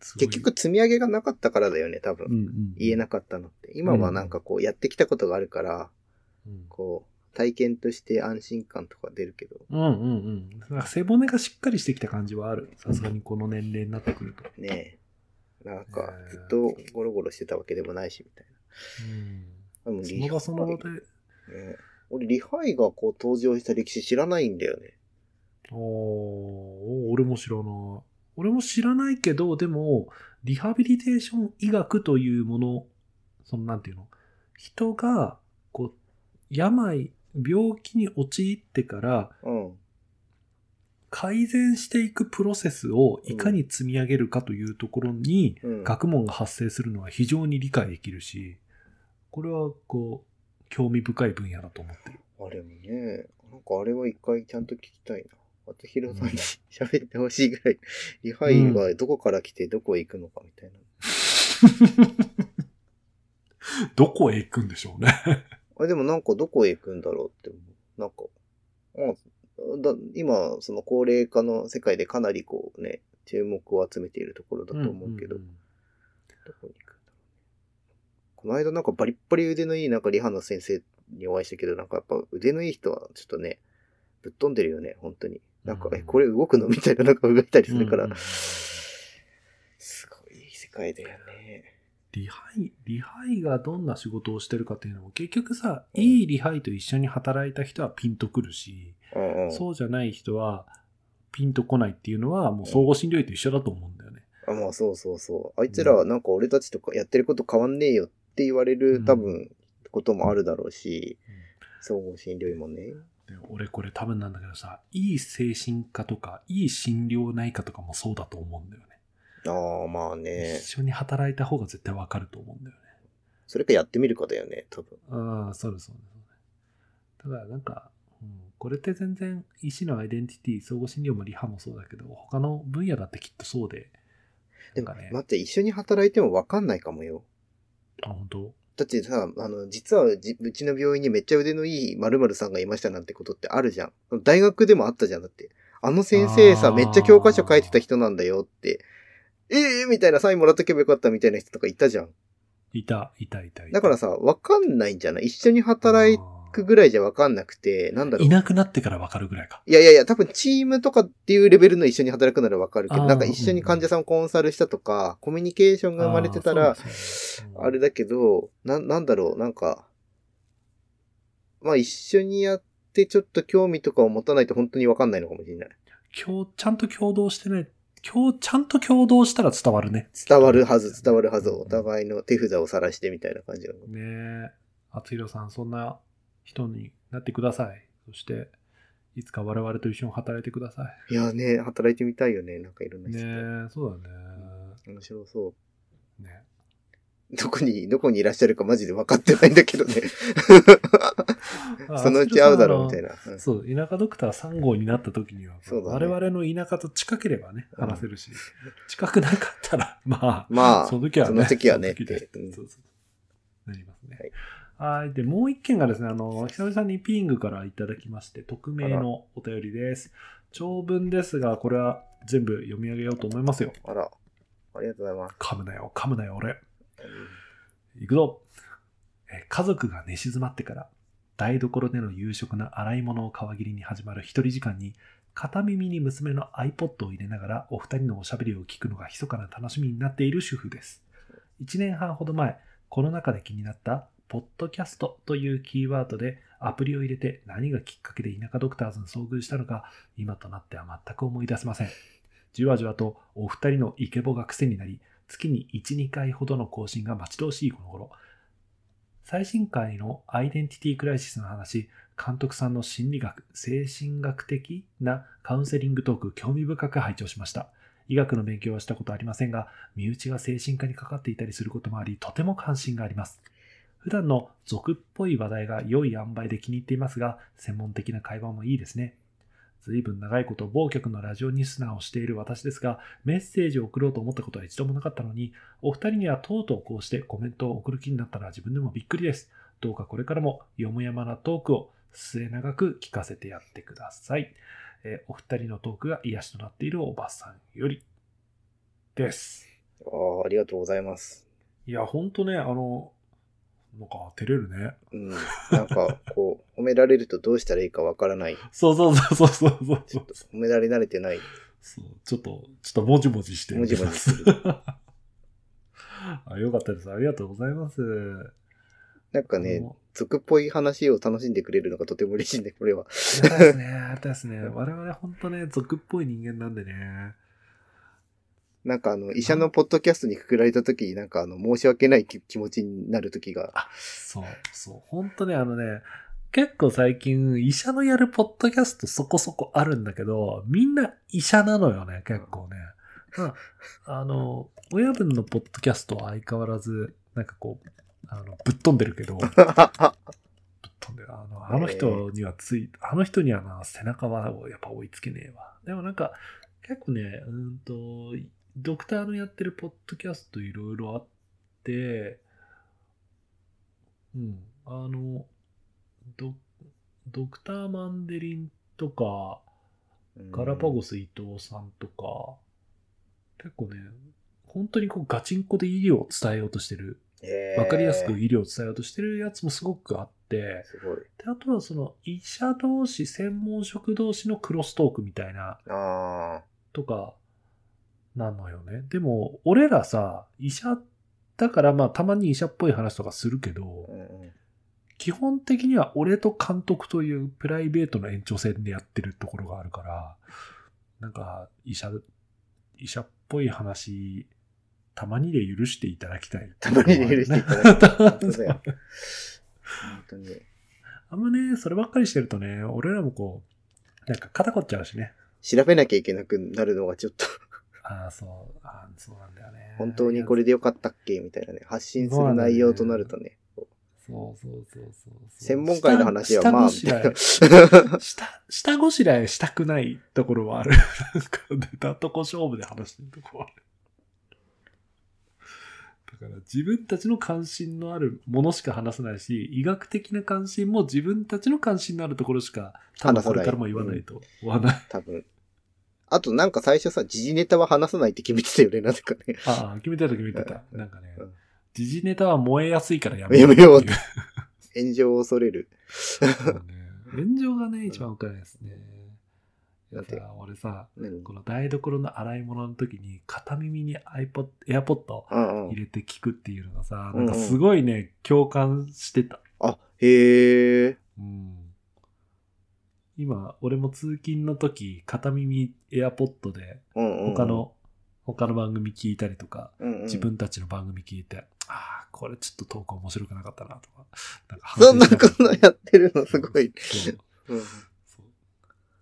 [SPEAKER 1] すごい
[SPEAKER 2] 結、局積み上げがなかったからだよね、多
[SPEAKER 1] うん
[SPEAKER 2] 分。
[SPEAKER 1] うん、
[SPEAKER 2] 言えなかったのって。今はなんかこう、やってきたことがあるから、
[SPEAKER 1] うん
[SPEAKER 2] こう、体験として安心感とか出るけど、
[SPEAKER 1] うんうんうん。なんか背骨がしっかりしてきた感じはある。さすがにこの年齢になってくると。
[SPEAKER 2] ねえ。なんか
[SPEAKER 1] ね、え
[SPEAKER 2] ずっとゴロゴロしてたわけでもないし、みたいな。でも
[SPEAKER 1] その場その場で、
[SPEAKER 2] ね俺、リハイがこう登場した歴史知らないんだよね。
[SPEAKER 1] あーお俺も知らない。俺も知らないけど、でも、リハビリテーション医学というもの、その、なんていうの、人が、こう、病、病気に陥ってから
[SPEAKER 2] うん。
[SPEAKER 1] 改善していくプロセスをいかに積み上げるかというところに、
[SPEAKER 2] うん、
[SPEAKER 1] 学問が発生するのは非常に理解できるし、これは、こう、興味深い分野だと思ってる。
[SPEAKER 2] あれもね、なんかあれは一回ちゃんと聞きたいな。あと、ヒロさんに喋ってほしいぐらい、リハイはどこから来てどこへ行くのかみたいな。
[SPEAKER 1] どこへ行くんでしょうね。
[SPEAKER 2] あ、でもなんかどこへ行くんだろうって思う。なんか、あだ今、その高齢化の世界でかなりこうね、注目を集めているところだと思うけど、
[SPEAKER 1] んんん
[SPEAKER 2] どこに行くんだろうね。この間なんかバリッバリ腕のいいなんかリハの先生にお会いしたけど、なんかやっぱ腕のいい人はちょっとね、ぶっ飛んでるよね、本当に。なんか、
[SPEAKER 1] うん
[SPEAKER 2] え、これ動くのみたいななんか動いたりするか
[SPEAKER 1] う
[SPEAKER 2] ら
[SPEAKER 1] んうんうん。
[SPEAKER 2] すごい世界だよね。
[SPEAKER 1] リハイ、リハイがどんな仕事をしてるかっていうのも結局さ、
[SPEAKER 2] うん
[SPEAKER 1] いいリハイと一緒に働いた人はピンとくるし、
[SPEAKER 2] うんうん。
[SPEAKER 1] そうじゃない人はピンとこないっていうのは、もう総合診療医と一緒だと思うんだよね。
[SPEAKER 2] あ、まあそうそうそう。あいつらはなんか俺たちとかやってること変わんねえよって言われ
[SPEAKER 1] う
[SPEAKER 2] る
[SPEAKER 1] ん
[SPEAKER 2] 多分こともあるだろうし、総合診療医もね。
[SPEAKER 1] で俺これ多分なんだけどさ、いい精神科とか、いい診療内科とかもそうだと思うんだよね。
[SPEAKER 2] ああ、まあね
[SPEAKER 1] 一。緒に働いた方が絶対わかると思うんだよね。
[SPEAKER 2] それかやってみるかだよね、多分。
[SPEAKER 1] ああ、そうです、そうですそうです。ただなんか、うん、これって全然医師のアイデンティティ、総合診療もリハもそうだけど、他の分野だってきっとそうで、
[SPEAKER 2] で
[SPEAKER 1] な
[SPEAKER 2] も
[SPEAKER 1] んかね、
[SPEAKER 2] 待って、一緒に働いてもわかんないかもよ。
[SPEAKER 1] あ、本当
[SPEAKER 2] だってさ、あの、実はじうちの病院にめっちゃ腕のいい〇〇さんがいましたなんてことってあるじゃん。大学でもあったじゃん、だって。あの先生
[SPEAKER 1] あ
[SPEAKER 2] さ、
[SPEAKER 1] ー
[SPEAKER 2] めっちゃ教科書書いてた人なんだよって。ええみたいなサインもらっとけばよかったみたいな人とかいたじゃん。
[SPEAKER 1] いた、いた、いた。いた
[SPEAKER 2] だから、さ、わかんないんじゃない一緒に働くぐらいじゃわかんなくて、なんだ
[SPEAKER 1] あー
[SPEAKER 2] ろう。
[SPEAKER 1] い
[SPEAKER 2] い
[SPEAKER 1] なくなってからわかるぐらいか。
[SPEAKER 2] やいやいや、多分チームとかっていうレベルの一緒に働くならわかるけ
[SPEAKER 1] あ
[SPEAKER 2] ど、
[SPEAKER 1] ー
[SPEAKER 2] なんか一緒に患者さんをコンサルしたとか、コミュニケーションが生まれてた
[SPEAKER 1] あー
[SPEAKER 2] ら
[SPEAKER 1] そうですよねうん
[SPEAKER 2] あれだけど、な、なんだろう、なんか、まあ一緒にやってちょっと興味とかを持たないと本当にわかんないのかもしれない。
[SPEAKER 1] 今日、ちゃんと共同してね、今日、ちゃんと共同したら伝わるね。
[SPEAKER 2] 伝わるはず、伝わるはず、
[SPEAKER 1] うん
[SPEAKER 2] お互いの手札を晒してみたいな感じなの。
[SPEAKER 1] ねえ、厚弘さん、そんな人になってください。そして、いつか我々と一緒に働いてくださ。
[SPEAKER 2] いやね、働いてみたいよね、なんかいろんない人と。
[SPEAKER 1] ねえ、そうだね。
[SPEAKER 2] 面白そう。
[SPEAKER 1] ね
[SPEAKER 2] どこに、どこにいらっしゃるかマジで分かってないんだけど ね。そのうち会うだろうみたい
[SPEAKER 1] な。
[SPEAKER 2] な。うん
[SPEAKER 1] そう、田舎ドクター3号になった時には、
[SPEAKER 2] そうだ
[SPEAKER 1] 我
[SPEAKER 2] ね
[SPEAKER 1] 々の田舎と近ければね、
[SPEAKER 2] うん
[SPEAKER 1] 話せるし、近くなかったら、 まあ、
[SPEAKER 2] まあ、
[SPEAKER 1] その時はね。
[SPEAKER 2] その時はね
[SPEAKER 1] そので
[SPEAKER 2] ってうん
[SPEAKER 1] そうそうなりますね。はい。で、もう一件がですね、あの、久々にピングからいただきまして、匿名のお便りです。長文ですが、これは全部読み上げようと思いますよ。
[SPEAKER 2] あら、ありがとうございます。
[SPEAKER 1] 噛むなよ、噛むなよ、俺。行くぞえー家族が寝静まってから台所での夕食の洗い物を皮切りに始まる一人時間に片耳に娘の iPod を入れながらお二人のおしゃべりを聞くのが密かな楽しみになっている主婦です1年半ほど前コロナ禍で気になったポッドキャストというキーワードでアプリを入れて何がきっかけで田舎ドクターズに遭遇したのか今となっては全く思い出せませんじわじわとお二人のイケボが癖になり月に1、2回ほどの更新が待ち遠しいこの頃。最新回のアイデンティティクライシスの話、監督さんの心理学、精神学的なカウンセリングトーク、興味深く拝聴しました。医学の勉強はしたことありませんが、身内が精神科にかかっていたりすることもあり、とても関心があります。普段の俗っぽい話題が良い塩梅で気に入っていますが、専門的な会話もいいですね。随分長いこと某局のラジオニスナーをしている私ですが、メッセージを送ろうと思ったことは一度もなかったのに、お二人にはとうとうこうしてコメントを送る気になったのは自分でもびっくりです。どうかこれからもよもやまなトークを末永く聞かせてやってください。えーお二人のトークが癒しとなっているおばさんよりです。
[SPEAKER 2] ああ、ありがとうございます。
[SPEAKER 1] いや、ほんとね、あの、なんか照れるね。
[SPEAKER 2] うん。なん か、こう、褒められるとどうしたらいいかわからない。
[SPEAKER 1] そうそうそうそうそうそう
[SPEAKER 2] ちょっと、褒められ慣れてない。
[SPEAKER 1] そう。ちょっと、ちょっともじもじして
[SPEAKER 2] もじもじする。
[SPEAKER 1] あよかったです。ありがとうございます。
[SPEAKER 2] なんか
[SPEAKER 1] あ
[SPEAKER 2] ね、
[SPEAKER 1] の
[SPEAKER 2] 俗っぽい話を楽しんでくれるのがとても嬉しいね、これは。
[SPEAKER 1] ありがたいですね。ありがたいですね。我々本当ね、俗っぽい人間なんでね。
[SPEAKER 2] なんかあの、医者のポッドキャストにくくられた時に、なんかあの、申し訳ない気気持ちになる時 が。
[SPEAKER 1] あ、そう、そう。本当ね、あのね、結構最近、医者のやるポッドキャストそこそこあるんだけど、みんな医者なのよね、結構ね。まあ、あの、親分のポッドキャストは相変わらず、なんかこう、あの、ぶっ飛んでるけど、ぶっ飛んでる。あの、あの人にはつい、あの人にはな、背中はやっぱ追いつけねえわ。でもなんか、結構ね、うーんと、ドクターのやってるポッドキャストいろいろあって、うん、あの、ド、ドクターマンデリンとか、ガラパゴ
[SPEAKER 2] ス。
[SPEAKER 1] ス伊藤さんとか、結構ね、本当にこうガチンコで医療を伝えようとしてる、
[SPEAKER 2] えー
[SPEAKER 1] わかりやすく。医療を伝えようとしてるやつもすごくあって、
[SPEAKER 2] すごい。
[SPEAKER 1] であとはその医者同士、専門職同士のクロストークみたいな
[SPEAKER 2] ああ。
[SPEAKER 1] とかなのよね。でも、俺らさ、医者だからまあたまに医者っぽい話とかするけど
[SPEAKER 2] う、んうん
[SPEAKER 1] 基本的には俺と監督というプライベートの延長線でやってるところがあるから、なんか、医者、医者っぽい話、たまにで許していただきたい。
[SPEAKER 2] たまにで許していただきたい。本当だよ。 本当に。
[SPEAKER 1] あんまね、そればっかりしてるとね、俺らもこう、なんか肩凝っちゃうしね。
[SPEAKER 2] 調べなきゃいけなくなるのがちょっと、
[SPEAKER 1] ああ、そう、ああ、そうなんだよね。
[SPEAKER 2] 本当にこれでよかったっけみたいなね。発信する内容となるとね。
[SPEAKER 1] そうそうそうそうそう。
[SPEAKER 2] 専門家の話はまあ、みたいな。
[SPEAKER 1] 下、下ごしらえしたくないところはある。なんか、出たとこ勝負で話してるとこはある。だから、自分たちの関心のあるものしか話せないし、医学的な関心も自分たちの関心のあるところしか、多分
[SPEAKER 2] 話さ
[SPEAKER 1] こ
[SPEAKER 2] な
[SPEAKER 1] れ
[SPEAKER 2] い
[SPEAKER 1] からも言わないと。言わない。
[SPEAKER 2] 多分。あとなんか最初さ、時事ネタは話さないって決めてたよね、なぜかね。
[SPEAKER 1] ああ、決めてた決めてた。
[SPEAKER 2] うん
[SPEAKER 1] なんかね
[SPEAKER 2] うん、
[SPEAKER 1] 時事ネタは燃えやすいからや
[SPEAKER 2] やめよう
[SPEAKER 1] っていう
[SPEAKER 2] 炎上を恐れる。
[SPEAKER 1] そうね 炎上がね、一番おかないですね。いや
[SPEAKER 2] だって
[SPEAKER 1] さ、俺さ、
[SPEAKER 2] 何
[SPEAKER 1] この台所の洗い物の時に片耳に iPod、AirPod
[SPEAKER 2] うんう
[SPEAKER 1] 入
[SPEAKER 2] ん。
[SPEAKER 1] れて聞くっていうのがさ、
[SPEAKER 2] うん
[SPEAKER 1] なんかすごいね、共感してた。
[SPEAKER 2] あ、へえ。
[SPEAKER 1] うん。今、俺も通勤の時、片耳 AirPod で
[SPEAKER 2] うんうんうん。
[SPEAKER 1] 他の、他の番組聞いたりとか、
[SPEAKER 2] うんうん、
[SPEAKER 1] 自分たちの番組聞いて、ああ、これちょっとトーク面白くなかったなとか、なんか
[SPEAKER 2] そんな
[SPEAKER 1] 反省し
[SPEAKER 2] こと
[SPEAKER 1] がら
[SPEAKER 2] やってるのすごい。
[SPEAKER 1] そう
[SPEAKER 2] うん
[SPEAKER 1] そう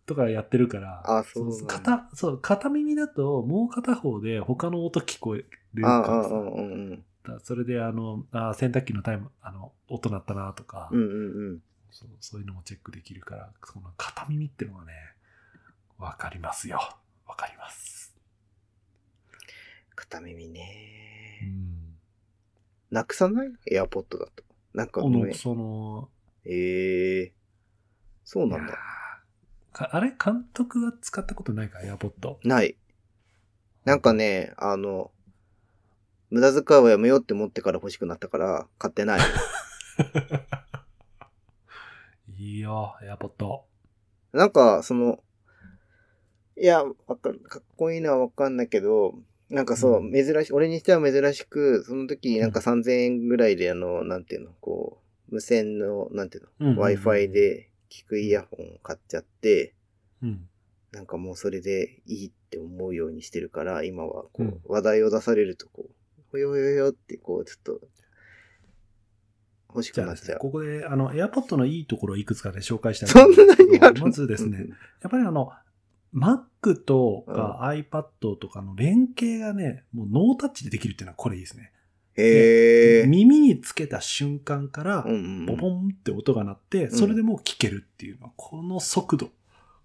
[SPEAKER 1] とかやってるから、
[SPEAKER 2] あそう
[SPEAKER 1] そ
[SPEAKER 2] なん
[SPEAKER 1] う
[SPEAKER 2] だ
[SPEAKER 1] 片そう片耳だともう片方で他の音聞こえる
[SPEAKER 2] あ
[SPEAKER 1] か
[SPEAKER 2] あ、
[SPEAKER 1] ら
[SPEAKER 2] う
[SPEAKER 1] さ
[SPEAKER 2] んうんうん。
[SPEAKER 1] だからそれであのあ洗濯機のタイムあの音鳴ったなとか、
[SPEAKER 2] うんうんうん。
[SPEAKER 1] そうそういうのもチェックできるからその片耳ってのはねわかりますよわかります、
[SPEAKER 2] 片耳
[SPEAKER 1] う
[SPEAKER 2] ね。
[SPEAKER 1] ん、
[SPEAKER 2] なくさないエアポッドだと。なん
[SPEAKER 1] こ
[SPEAKER 2] かごめ
[SPEAKER 1] の
[SPEAKER 2] ん。
[SPEAKER 1] その
[SPEAKER 2] ええそうないん
[SPEAKER 1] や
[SPEAKER 2] だ。
[SPEAKER 1] ーかあれ監督が使ったことないかエアポッド
[SPEAKER 2] ない。なんかね、あの、無駄遣いはやめようって思ってから欲しくなったから、買って ない。
[SPEAKER 1] いいよエアポッド
[SPEAKER 2] なんか、その、いや、わかる、かっこいいのはわかんないけど、なんかそう、
[SPEAKER 1] うん
[SPEAKER 2] 珍し、俺にしては珍しく、その時なんか3000円ぐらいで、あの、なんていうの、こう、無線の、なんていう
[SPEAKER 1] うんうんうん
[SPEAKER 2] の、Wi-Fi で聞くイヤホンを買っちゃって、
[SPEAKER 1] うん
[SPEAKER 2] なんかもうそれでいいって思うようにしてるから、今はこ
[SPEAKER 1] うん
[SPEAKER 2] う、話題を出されるとこう、ほよほよほよってこう、ちょっと、欲し
[SPEAKER 1] じ
[SPEAKER 2] く
[SPEAKER 1] ゃあ
[SPEAKER 2] なっ
[SPEAKER 1] で
[SPEAKER 2] ち
[SPEAKER 1] す
[SPEAKER 2] ゃ
[SPEAKER 1] ね、
[SPEAKER 2] う。
[SPEAKER 1] ここで、あの、AirPod のいいところをいくつかで紹介したい
[SPEAKER 2] そんなにある
[SPEAKER 1] まずですね、
[SPEAKER 2] うん
[SPEAKER 1] やっぱりあの、Mac と
[SPEAKER 2] う
[SPEAKER 1] か iPad とかの連携がね、もうノータッチでできるっていうのはこれいいですね。
[SPEAKER 2] へー。
[SPEAKER 1] 耳につけた瞬間から
[SPEAKER 2] う、んう
[SPEAKER 1] ボ
[SPEAKER 2] んう
[SPEAKER 1] ボ
[SPEAKER 2] ん。
[SPEAKER 1] ンって音が鳴って、それでもう聞けるっていうのは、この速度。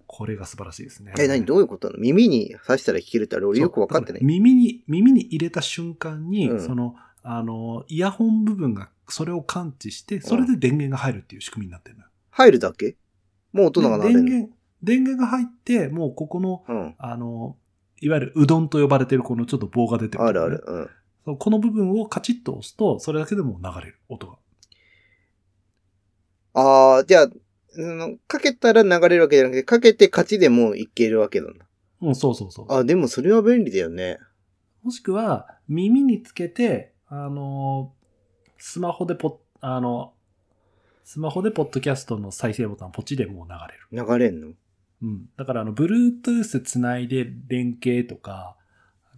[SPEAKER 1] これが素晴らしいですね。
[SPEAKER 2] え、何どういうことなの耳に刺したら聞けるってあれ、俺よくわかってない
[SPEAKER 1] そうだら。耳に、耳に入れた瞬間に、
[SPEAKER 2] うん
[SPEAKER 1] その、あの、イヤホン部分がそれを感知して、それで電源が入るっていう仕組みになってるのよ
[SPEAKER 2] 入るだけもう音が鳴
[SPEAKER 1] で
[SPEAKER 2] る
[SPEAKER 1] 電
[SPEAKER 2] の
[SPEAKER 1] 源、電源が入って、もうここの、
[SPEAKER 2] うん。
[SPEAKER 1] あの、いわゆるうどんと呼ばれてるこのちょっと棒が出てく
[SPEAKER 2] あるある。。うん。
[SPEAKER 1] そうこの部分をカチッと押すと、それだけでもう流れる、音が。
[SPEAKER 2] ああ、じゃあ、そのかけたら流れるわけじゃなくて、かけて勝ちでもういけるわけなんだ。
[SPEAKER 1] うん、そうそうそう。
[SPEAKER 2] あ、でもそれは便利だよね。
[SPEAKER 1] もしくは、耳につけて、あの、スマホでポッ、あの、スマホでポッドキャストの再生ボタンポチでもう流れる。
[SPEAKER 2] 流れんの
[SPEAKER 1] うん。だから、あの、Bluetooth つないで連携とか、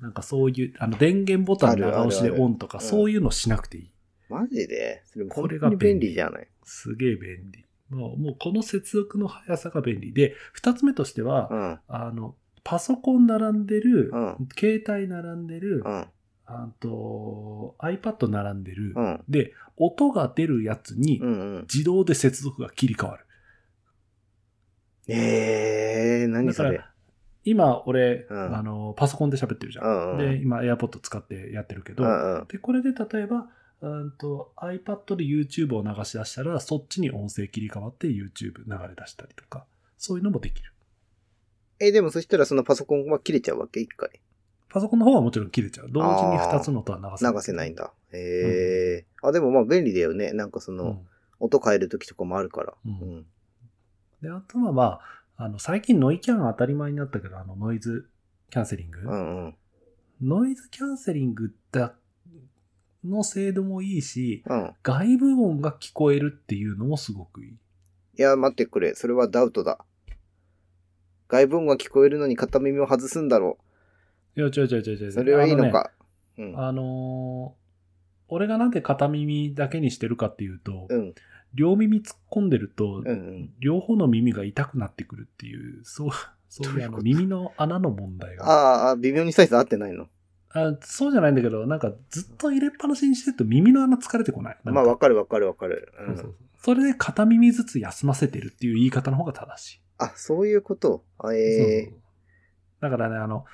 [SPEAKER 1] なんかそういう、あの、電源ボタン長押しで
[SPEAKER 2] あるあるある
[SPEAKER 1] オンとか、
[SPEAKER 2] うん
[SPEAKER 1] そういうのしなくていい。
[SPEAKER 2] マジでそれ
[SPEAKER 1] こ
[SPEAKER 2] 本
[SPEAKER 1] れ
[SPEAKER 2] 当
[SPEAKER 1] が
[SPEAKER 2] に
[SPEAKER 1] 便利
[SPEAKER 2] 便利じゃない
[SPEAKER 1] すげえ便利。もう、もうこの接続の速さが便利で、二つ目としては、
[SPEAKER 2] うん。
[SPEAKER 1] あの、パソコン並んでる、
[SPEAKER 2] うん
[SPEAKER 1] 携帯並んでる、
[SPEAKER 2] うん。
[SPEAKER 1] あと iPad 並んでる、
[SPEAKER 2] うん。
[SPEAKER 1] で、音が出るやつに
[SPEAKER 2] うんうん。
[SPEAKER 1] 自動で接続が切り替わる。
[SPEAKER 2] ええー、何
[SPEAKER 1] だ
[SPEAKER 2] そ
[SPEAKER 1] か
[SPEAKER 2] れ
[SPEAKER 1] ら、今俺、
[SPEAKER 2] うん
[SPEAKER 1] あの、パソコンで喋ってるじゃん。
[SPEAKER 2] うんうん
[SPEAKER 1] で、今 AirPod 使ってやってるけ
[SPEAKER 2] う
[SPEAKER 1] ど、
[SPEAKER 2] んうん。
[SPEAKER 1] で、これで例えば、うんと iPad で YouTube を流し出したら、そっちに音声切り替わって YouTube 流れ出したりとか、そういうのもできる。
[SPEAKER 2] え、でもそしたらそのパソコンは切れちゃうわけ一回。
[SPEAKER 1] パソコンの方はもちろん切れちゃう。同時に2つの音は流せない。
[SPEAKER 2] 流せないんだ。ええー。あ、でもまあ便利だよね。なんかそうの、
[SPEAKER 1] ん。
[SPEAKER 2] 音変えるときとかもあるから。
[SPEAKER 1] う
[SPEAKER 2] うんん。
[SPEAKER 1] で、あとはまあ、あの、最近ノイキャンが当たり前になったけど、あの、ノイズキャンセリング。
[SPEAKER 2] うんうん。
[SPEAKER 1] ノイズキャンセリングだ、の精度もいいし、
[SPEAKER 2] うん。
[SPEAKER 1] 外部音が聞こえるっていうのもすごくいい。
[SPEAKER 2] いや、待ってくれ。それはダウトだ。外部音が聞こえるのに片耳を外すんだろ
[SPEAKER 1] いや、違う違う違う違
[SPEAKER 2] う。
[SPEAKER 1] う。
[SPEAKER 2] それはいいのか。
[SPEAKER 1] あのね。あのー俺がなんで片耳だけにしてるかっていうと、
[SPEAKER 2] うん。
[SPEAKER 1] 両耳突っ込んでると、
[SPEAKER 2] うんうん。
[SPEAKER 1] 両方の耳が痛くなってくるっていう、 そう、そういうあの
[SPEAKER 2] どういうこと
[SPEAKER 1] 耳の穴の問題が。
[SPEAKER 2] ああ、微妙にサイズ合ってないの。
[SPEAKER 1] あそうじゃないんだけど、なんかずっと入れっぱなしにしてると耳の穴疲れてこない。なん
[SPEAKER 2] ま
[SPEAKER 1] か
[SPEAKER 2] あ、わかるわかるわかる。う
[SPEAKER 1] そうんそうそうそれで片耳ずつ休ませてるっていう言い方の方が正しい。
[SPEAKER 2] あ、そういうこと。あえ
[SPEAKER 1] そうそうだからね、あの、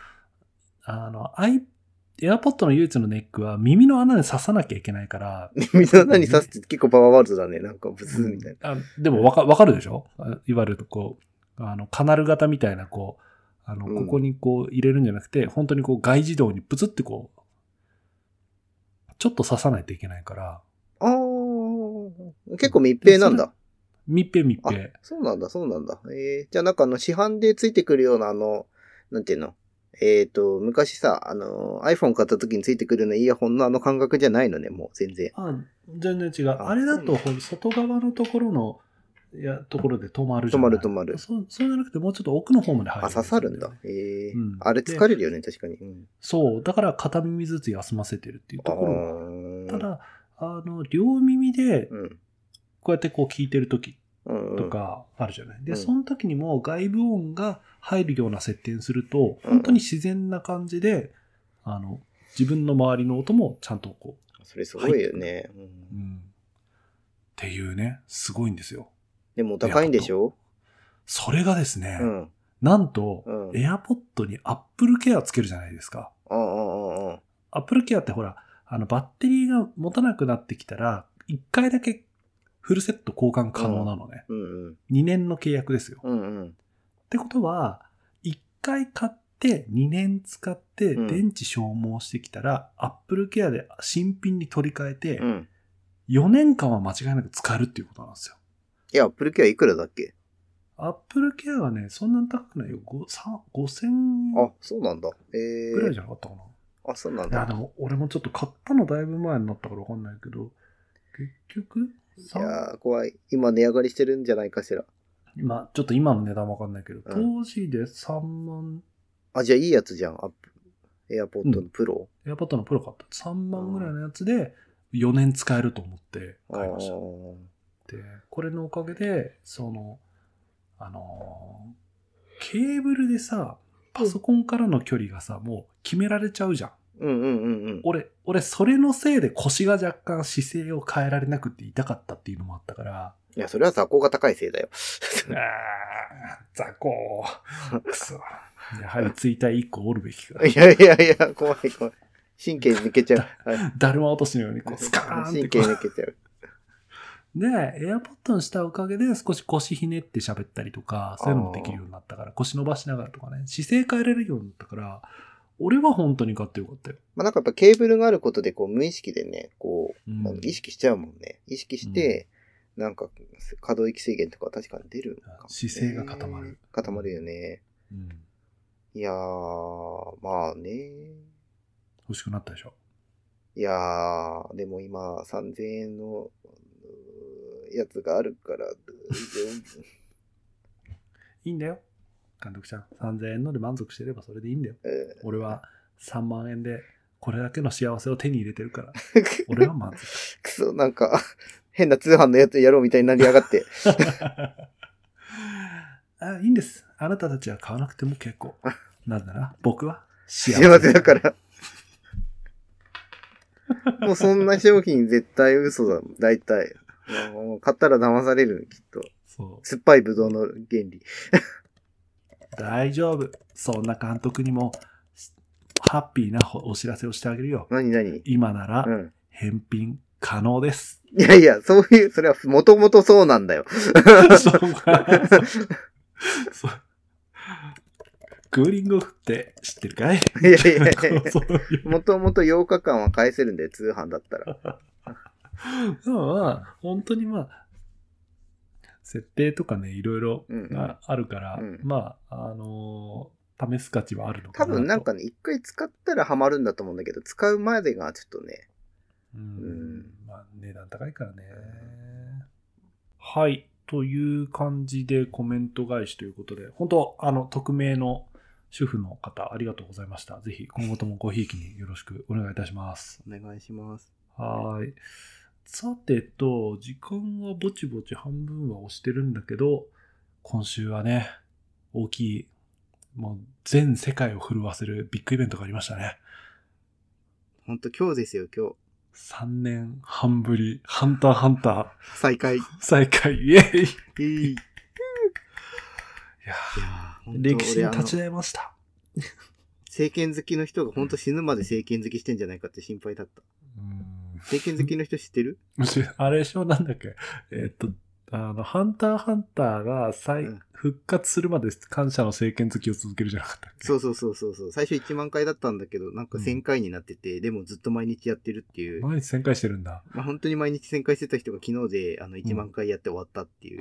[SPEAKER 1] あの、アイ、AirPod の唯一のネックは耳の穴で刺さなきゃいけない から、
[SPEAKER 2] え耳の穴に刺すって結構パワーワードだね。なんかブスーみたいな。
[SPEAKER 1] あでもわかわかるでしょあいわゆるこう、あの、カナル型みたいな、こう、あの、
[SPEAKER 2] うん
[SPEAKER 1] ここにこう入れるんじゃなくて、本当にこう外自動にプツってこう、ちょっと刺さないといけないから、
[SPEAKER 2] ああ、結構密閉なんだ。
[SPEAKER 1] 密閉密
[SPEAKER 2] あ
[SPEAKER 1] 閉。、
[SPEAKER 2] そうなんだ、そうなんだ。えー、じゃあなんかあの、市販でついてくるようなあの、なんていうのえっ、と、昔さ、あの、iPhone 買った時についてくるようなイヤホンのあの感覚じゃないのね、もう全然。
[SPEAKER 1] あ全然違う。
[SPEAKER 2] あ
[SPEAKER 1] あれだと、ほん外側のところの、いや、ところで止まるじゃない
[SPEAKER 2] 止まる止まる
[SPEAKER 1] そう、そうじゃなくて、もうちょっと奥の方まで入る、
[SPEAKER 2] あ、刺さるんだ。。えー
[SPEAKER 1] うん
[SPEAKER 2] あれ疲れるよね、確かに。うん、
[SPEAKER 1] そう。だから、片耳ずつ休ませてるっていうところ
[SPEAKER 2] あー
[SPEAKER 1] た、だ、あの、両耳で、
[SPEAKER 2] うん。
[SPEAKER 1] こうやってこう聞いてるとき
[SPEAKER 2] うんうん、
[SPEAKER 1] とかあるじゃない。
[SPEAKER 2] う
[SPEAKER 1] で、
[SPEAKER 2] ん
[SPEAKER 1] その時にも外部音が入るような設定にすると、
[SPEAKER 2] うん
[SPEAKER 1] 本当に自然な感じで、あの、自分の周りの音もちゃんとこ
[SPEAKER 2] それすごいよね。う
[SPEAKER 1] う、うんん。っていうね、すごいんですよ。
[SPEAKER 2] でもお高いんでしょ
[SPEAKER 1] それがですね、
[SPEAKER 2] うん。
[SPEAKER 1] なんと、
[SPEAKER 2] うん。
[SPEAKER 1] エアポッドにアップルケアつけるじゃないですか。
[SPEAKER 2] ああ、ああ、あ
[SPEAKER 1] アップルケアってほら、あのバッテリーが持たなくなってきたら、1回だけフルセット交換可能なのね。
[SPEAKER 2] うんうん。
[SPEAKER 1] 2年の契約ですよ。っ
[SPEAKER 2] うんうん。
[SPEAKER 1] てことは、1回買って2年使って
[SPEAKER 2] うん
[SPEAKER 1] 電池消耗してきたら、アップルケアで新品に取り替えて
[SPEAKER 2] う、ん。
[SPEAKER 1] 4年間は間違いなく使えるっていうことなんですよ。
[SPEAKER 2] いや、アップルケアいくらだっけ
[SPEAKER 1] アップルケアはね、そんなに高くないよ。ごさ5000
[SPEAKER 2] あ
[SPEAKER 1] 円、
[SPEAKER 2] そうなんだ。え
[SPEAKER 1] ぐらい
[SPEAKER 2] ー。
[SPEAKER 1] じゃなかったかな。
[SPEAKER 2] あ、そうなん
[SPEAKER 1] いや、で。
[SPEAKER 2] だ
[SPEAKER 1] も俺もちょっと買ったのだいぶ前になったからわかんないけど、結局、
[SPEAKER 2] い
[SPEAKER 1] さ
[SPEAKER 2] やー怖い。今値上がりしてるんじゃないかしら。
[SPEAKER 1] まあちょっと今の値段わかんないけど、
[SPEAKER 2] うん
[SPEAKER 1] 当時で3万、
[SPEAKER 2] あ、じゃあいいやつじゃん。アップ、エアポッドのプロ。
[SPEAKER 1] エアパッドのプロ買った。3万ぐらいのやつで4年使えると思って買いました。
[SPEAKER 2] あ
[SPEAKER 1] で、これのおかげで、その、あのーケーブルでさ、パソコンからの距離がさ、もう決められちゃうじゃん。
[SPEAKER 2] ーうんうんうんうん。
[SPEAKER 1] 俺、俺、それのせいで腰が若干姿勢を変えられなくて痛かったっていうのもあったから、
[SPEAKER 2] いや、それは雑魚が高いせいだよ。
[SPEAKER 1] ああ、雑魚。くそ。やはり追体一個おるべきか。
[SPEAKER 2] いやいやいや、怖 い怖い。神経抜けちゃう。はい
[SPEAKER 1] だるま落としのようにこう、スカーンって
[SPEAKER 2] 神
[SPEAKER 1] こ
[SPEAKER 2] 経
[SPEAKER 1] う。
[SPEAKER 2] 抜けちゃう。
[SPEAKER 1] で、エアポッドにしたおかげで少し腰ひねって喋ったりとか、そういうのもできるようになったから、腰伸ばしながらとかね、姿勢変えれるようになったから、俺は本当に買ってよかったよ。
[SPEAKER 2] まあなんかやっぱケーブルがあることで、こう無意識でね、こ
[SPEAKER 1] う
[SPEAKER 2] う、
[SPEAKER 1] ん
[SPEAKER 2] 意識しちゃうもんね。意識して、なんか可動域制限とか確かに出るのかもね
[SPEAKER 1] 姿勢が固まる。
[SPEAKER 2] 固まるよね。
[SPEAKER 1] うん
[SPEAKER 2] いやー、まあね。
[SPEAKER 1] 欲しくなったでしょ。
[SPEAKER 2] いやー、でも今、3000円のうーやつがあるから、うー
[SPEAKER 1] いいんだよ。監督ちゃん、3000円ので満足してればそれでいいんだよ。
[SPEAKER 2] う
[SPEAKER 1] 俺は3万円でこれだけの幸せを手に入れてるから、
[SPEAKER 2] ー
[SPEAKER 1] 俺は満足。
[SPEAKER 2] くそ、なんか、変な通販のやつやろうみたいになりやがって。
[SPEAKER 1] あいいんです。あなたたちは買わなくても結構。なぜなら、僕は幸
[SPEAKER 2] 幸せだか。ら。もうそんな商品絶対嘘だもん、大体。もう買ったら騙される、きっと。
[SPEAKER 1] そ
[SPEAKER 2] 酸っぱいブドウの原理。
[SPEAKER 1] う。大丈夫。そんな監督にも、ハッピーなお知らせをしてあげるよ。
[SPEAKER 2] 何何
[SPEAKER 1] 今なら
[SPEAKER 2] う、ん。
[SPEAKER 1] 返品可能です。
[SPEAKER 2] いやいや、そういう、それはもともとそうなん だよ。
[SPEAKER 1] そうか。そうクーリングオフって知ってるかい
[SPEAKER 2] いやいやいやいや。
[SPEAKER 1] そういう
[SPEAKER 2] もともと8日間は返せるんで、通販だったら。
[SPEAKER 1] まあまあ、本当にまあ、設定とかね、いろいろ
[SPEAKER 2] うん
[SPEAKER 1] ああるから、
[SPEAKER 2] うん
[SPEAKER 1] まあ、あのー試す価値はあるのか
[SPEAKER 2] 多
[SPEAKER 1] なと。
[SPEAKER 2] 分なんかね、一回使ったらハマるんだと思うんだけど、使うまでがちょっとね、
[SPEAKER 1] うん、
[SPEAKER 2] ん
[SPEAKER 1] まあ、値段高いからね。はい。とという感じでコメント返しということで、本当あの、匿名の主婦の方、ありがとうございました。ぜひ、今後ともごひいきによろしくお願いいたします。
[SPEAKER 2] お願いします。
[SPEAKER 1] はーい。さてと、時間はぼちぼち半分は押してるんだけど、今週はね、大きい、もう全世界を震わせるビッグイベントがありましたね。
[SPEAKER 2] ほんと今日ですよ、今日。
[SPEAKER 1] 3年半ぶり、ハンターハンター
[SPEAKER 2] 再開。い
[SPEAKER 1] 再開、イエーイい
[SPEAKER 2] い。い
[SPEAKER 1] や
[SPEAKER 2] やーほんと
[SPEAKER 1] 歴史に
[SPEAKER 2] 俺あの
[SPEAKER 1] 立ち会いました。
[SPEAKER 2] 政権好きの人がほんと死ぬまで政権好きしてんじゃないかって心配だった。
[SPEAKER 1] うん
[SPEAKER 2] 政権好きの人知ってる
[SPEAKER 1] むしろ あれでしょなんだっけえーっと、あの、ハンターハンターが再
[SPEAKER 2] うん
[SPEAKER 1] 復活するまで感謝の政権好きを続けるじゃなかったっけ
[SPEAKER 2] そうそうそうそうそう。最初1万回だったんだけど、なんか1000回になってて、でもずっと毎日やってるっていう。
[SPEAKER 1] 毎日旋回してるんだ。
[SPEAKER 2] まあ、本当に毎日1000回してた人が昨日で、あの、1万回やって終わったって いう。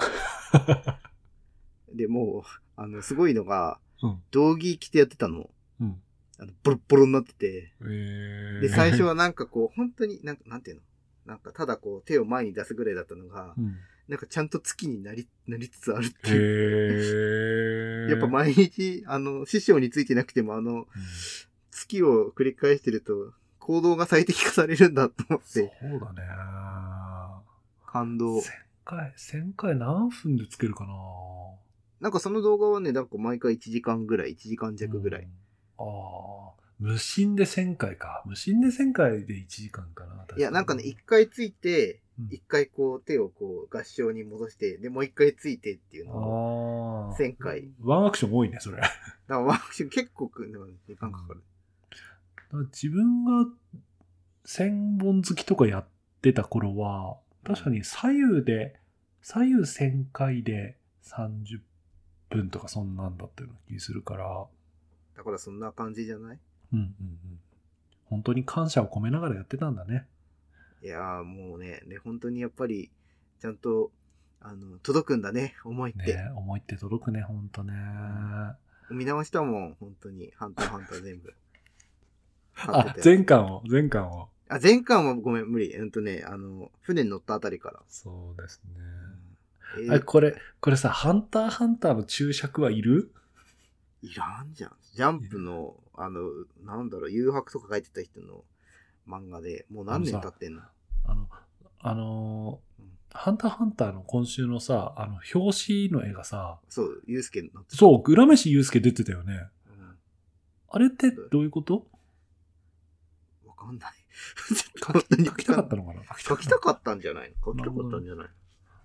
[SPEAKER 2] で、もう、あの、すごいのが、
[SPEAKER 1] うん
[SPEAKER 2] 道着着てやってたの。
[SPEAKER 1] うん。
[SPEAKER 2] あのボロッボロになってて。
[SPEAKER 1] えー、
[SPEAKER 2] で、最初はなんかこう、本当になんか、なんていうのなんか、ただこう、手を前に出すぐらいだったのが
[SPEAKER 1] う、 ん。
[SPEAKER 2] なんかちゃんと月になり、なりつつあるって
[SPEAKER 1] へ
[SPEAKER 2] いう。
[SPEAKER 1] ー。
[SPEAKER 2] やっぱ毎日、あの、師匠についてなくても、あの、
[SPEAKER 1] うん
[SPEAKER 2] 月を繰り返してると、行動が最適化されるんだと思っ
[SPEAKER 1] そう
[SPEAKER 2] て、
[SPEAKER 1] だね。
[SPEAKER 2] 感動
[SPEAKER 1] 旋。回、旋回何分でつけるかな
[SPEAKER 2] なんかその動画はね、なんか毎回1時間ぐらい、1時間弱ぐらい。
[SPEAKER 1] うんああ。無心で1000回か。無心で1000回で1時間かな。確かに
[SPEAKER 2] いや、なんかね、1回ついて
[SPEAKER 1] うん、
[SPEAKER 2] 1回こう、手をこう、合唱に戻して、で、もう1回ついてっていうのを、
[SPEAKER 1] ああ。
[SPEAKER 2] 1000回。
[SPEAKER 1] ワンアクション多いね、それ。だか
[SPEAKER 2] だからワンアクション結構く、でも時間かかる。
[SPEAKER 1] ら自分が千本好きとかやってた頃は、確かに左右で、左右1000回で30分とかそんなんだったような気するから、
[SPEAKER 2] だからそんな感じじゃない
[SPEAKER 1] うんうんうん。本当に感謝を込めながらやってたんだね。
[SPEAKER 2] いやーもうね、で、本当にやっぱり、ちゃんと、あの、届くんだね、思いって。
[SPEAKER 1] ね思いって届くね、ほんとね。
[SPEAKER 2] 見直したもん、本当に。ハンターハンター全部。
[SPEAKER 1] あ、
[SPEAKER 2] 全
[SPEAKER 1] 前巻を、前巻を。
[SPEAKER 2] あ、前巻はごめん、無理。うんとね、あの、船に乗ったあたりから。
[SPEAKER 1] そうです
[SPEAKER 2] え
[SPEAKER 1] ね。あ、これ、これさ、ハンターハンターの注釈はいる
[SPEAKER 2] いらんじゃん。ジャンプの、あの、なんだろう、誘白とか書いてた人の漫画で、もう何年経ってんの
[SPEAKER 1] あの、あのー
[SPEAKER 2] うん
[SPEAKER 1] ハンターハンターの今週のさ、あの、表紙の絵がさ、
[SPEAKER 2] そう、ユうスケの。
[SPEAKER 1] そう、浦飯祐介出てたよね。
[SPEAKER 2] うん
[SPEAKER 1] あれってどういうこと
[SPEAKER 2] わかんない。
[SPEAKER 1] 書き書きたかったのかな
[SPEAKER 2] 書きたかったんじゃないの書きたかったんじゃない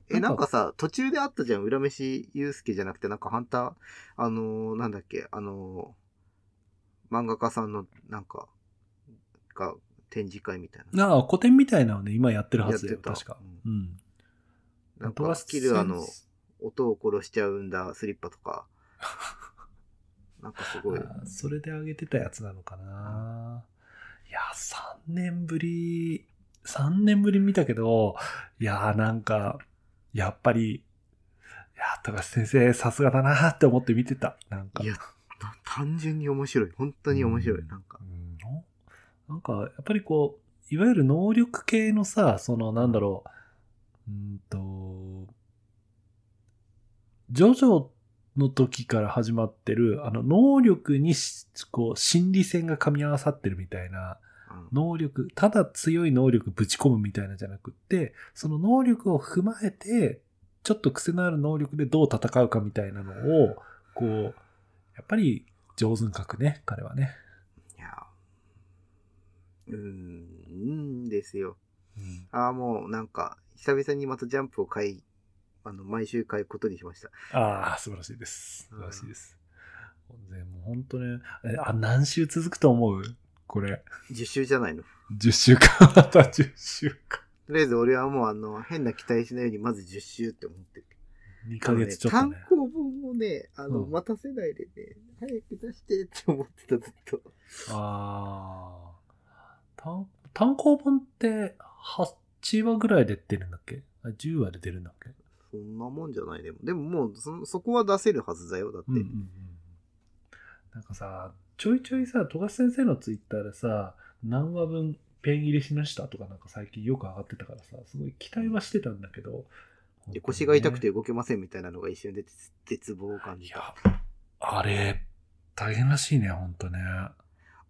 [SPEAKER 2] え、なんかさ、途中であったじゃん、裏飯祐介じゃなくて、なんかハンター、あのーなんだっけ、あのー漫画家さんの、なんか、が、展示会みたいな。
[SPEAKER 1] ああ、古典みたいなのね、今やってるはずだよ、
[SPEAKER 2] やって
[SPEAKER 1] 確
[SPEAKER 2] た
[SPEAKER 1] か。
[SPEAKER 2] う
[SPEAKER 1] うん。
[SPEAKER 2] なん
[SPEAKER 1] 後は
[SPEAKER 2] か、スキルあの
[SPEAKER 1] セン、ス
[SPEAKER 2] 音を殺しちゃうんだ、スリッパ とか。なんかすごい。
[SPEAKER 1] あーそれで上げてたやつなのかな。いや、3年ぶり、3年ぶり見たけど、いやー、なんか、やっぱり、いやー、高橋先生、さすがだなーって思って見てた。なんか。
[SPEAKER 2] いや、た単純に面白い。本当に面白
[SPEAKER 1] う
[SPEAKER 2] い。なんか
[SPEAKER 1] う。んなんか、やっぱりこう、いわゆる能力系のさ、その、なんだろう、うんと、ジョジョの時から始まってる、あの、能力にし、こう、心理戦が噛み合わさってるみたいな、
[SPEAKER 2] うん
[SPEAKER 1] 能力、ただ強い能力ぶち込むみたいなじゃなくって、その能力を踏まえて、ちょっと癖のある能力でどう戦うかみたいなのを、こう、やっぱり上手に書くね、彼はね。
[SPEAKER 2] いや、うーん、うんですよ。
[SPEAKER 1] うん
[SPEAKER 2] ああ、もうなんか、久々にまたジャンプを買い、あの、毎週買うことにしました。
[SPEAKER 1] ああ、素晴らしいです。素晴らしいです。でもう本当ね、えあ、何週続くと思うこれ。
[SPEAKER 2] 10週じゃないの。
[SPEAKER 1] 10週間、また10週間。
[SPEAKER 2] とりあえず俺はもうあの、変な期待しないようにまず10週って思ってる。
[SPEAKER 1] 2ヶ月ちょっとね
[SPEAKER 2] あの。単行本をね、あの、
[SPEAKER 1] うん
[SPEAKER 2] 待たせないでね、早く出してって思ってた、ずっと。
[SPEAKER 1] ああ。単単行本って8話ぐらいで出るんだっけあ ?10 話で出るんだっけ
[SPEAKER 2] そんなもんじゃないでも。でももうそ、そこは出せるはずだよ。だって。
[SPEAKER 1] うんうんうんなんかさ、ちょいちょいさ、富樫先生のツイッターでさ、何話分ペン入れしましたとかなんか最近よく上がってたからさ、すごい期待はしてたんだけど、
[SPEAKER 2] で、腰が痛くて動けませんみたいなのが一瞬で絶絶望を感
[SPEAKER 1] い
[SPEAKER 2] じ
[SPEAKER 1] や
[SPEAKER 2] た。、
[SPEAKER 1] あれ、大変らしいね、ほんとね。
[SPEAKER 2] あ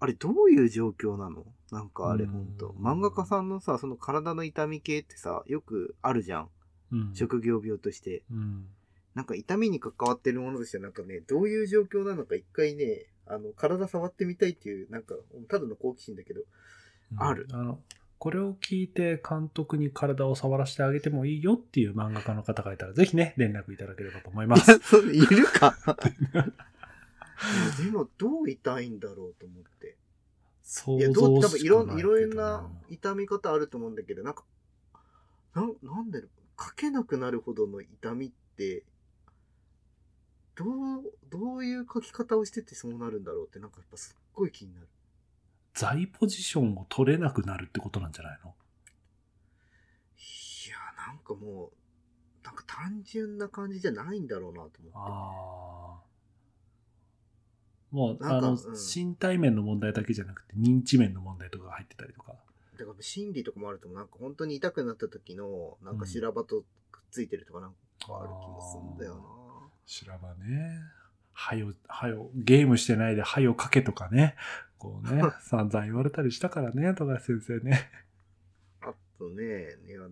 [SPEAKER 2] れ、どういう状況なのなんかあれ、
[SPEAKER 1] うん
[SPEAKER 2] ほんと。漫画家さんのさ、その体の痛み系ってさ、よくあるじゃん。
[SPEAKER 1] うん。
[SPEAKER 2] 職業病として。
[SPEAKER 1] うん。
[SPEAKER 2] なんか痛みに関わってるものとして、なんかね、どういう状況なのか一回ね、あの、体触ってみたいっていう、なんか、ただの好奇心だけど、
[SPEAKER 1] うん
[SPEAKER 2] ある
[SPEAKER 1] あの、これを聞いて監督に体を触らせてあげてもいいよっていう漫画家の方がいたら、ぜひね、連絡いただければと思いま
[SPEAKER 2] いや
[SPEAKER 1] す。
[SPEAKER 2] そいる かでも、どう痛いんだろうと思って。
[SPEAKER 1] 想
[SPEAKER 2] いや、どう、多
[SPEAKER 1] 像
[SPEAKER 2] 分い
[SPEAKER 1] しか
[SPEAKER 2] ろ
[SPEAKER 1] ないけ
[SPEAKER 2] ん、い
[SPEAKER 1] ど
[SPEAKER 2] ろんな痛み方あると思うんだけど、なんか、なん、なんだろう、書けなくなるほどの痛みって、どう、どういう書き方をしててそうなるんだろうって、なんかやっぱすっごい気になる。
[SPEAKER 1] 在ポジションを取れなくなるってことなんじゃないの
[SPEAKER 2] いや、なんかもう、なんか単純な感じじゃないんだろうなと思っ
[SPEAKER 1] ああ。もう、
[SPEAKER 2] な
[SPEAKER 1] あ
[SPEAKER 2] んか
[SPEAKER 1] の、
[SPEAKER 2] うん
[SPEAKER 1] 身体面の問題だけじゃなくて、認知面の問題とかが入ってたりとか。
[SPEAKER 2] て。だから心理とかもあると思う。なんか本当に痛くなった時の、なんか修羅場とくっついてるとかなんかある気もするんだよな。
[SPEAKER 1] 修羅場ね。はよ、はよ、ゲームしてないではよかけとかね。こ うね、散々言われたりしたからね、富樫先生ね。
[SPEAKER 2] あとね、いや、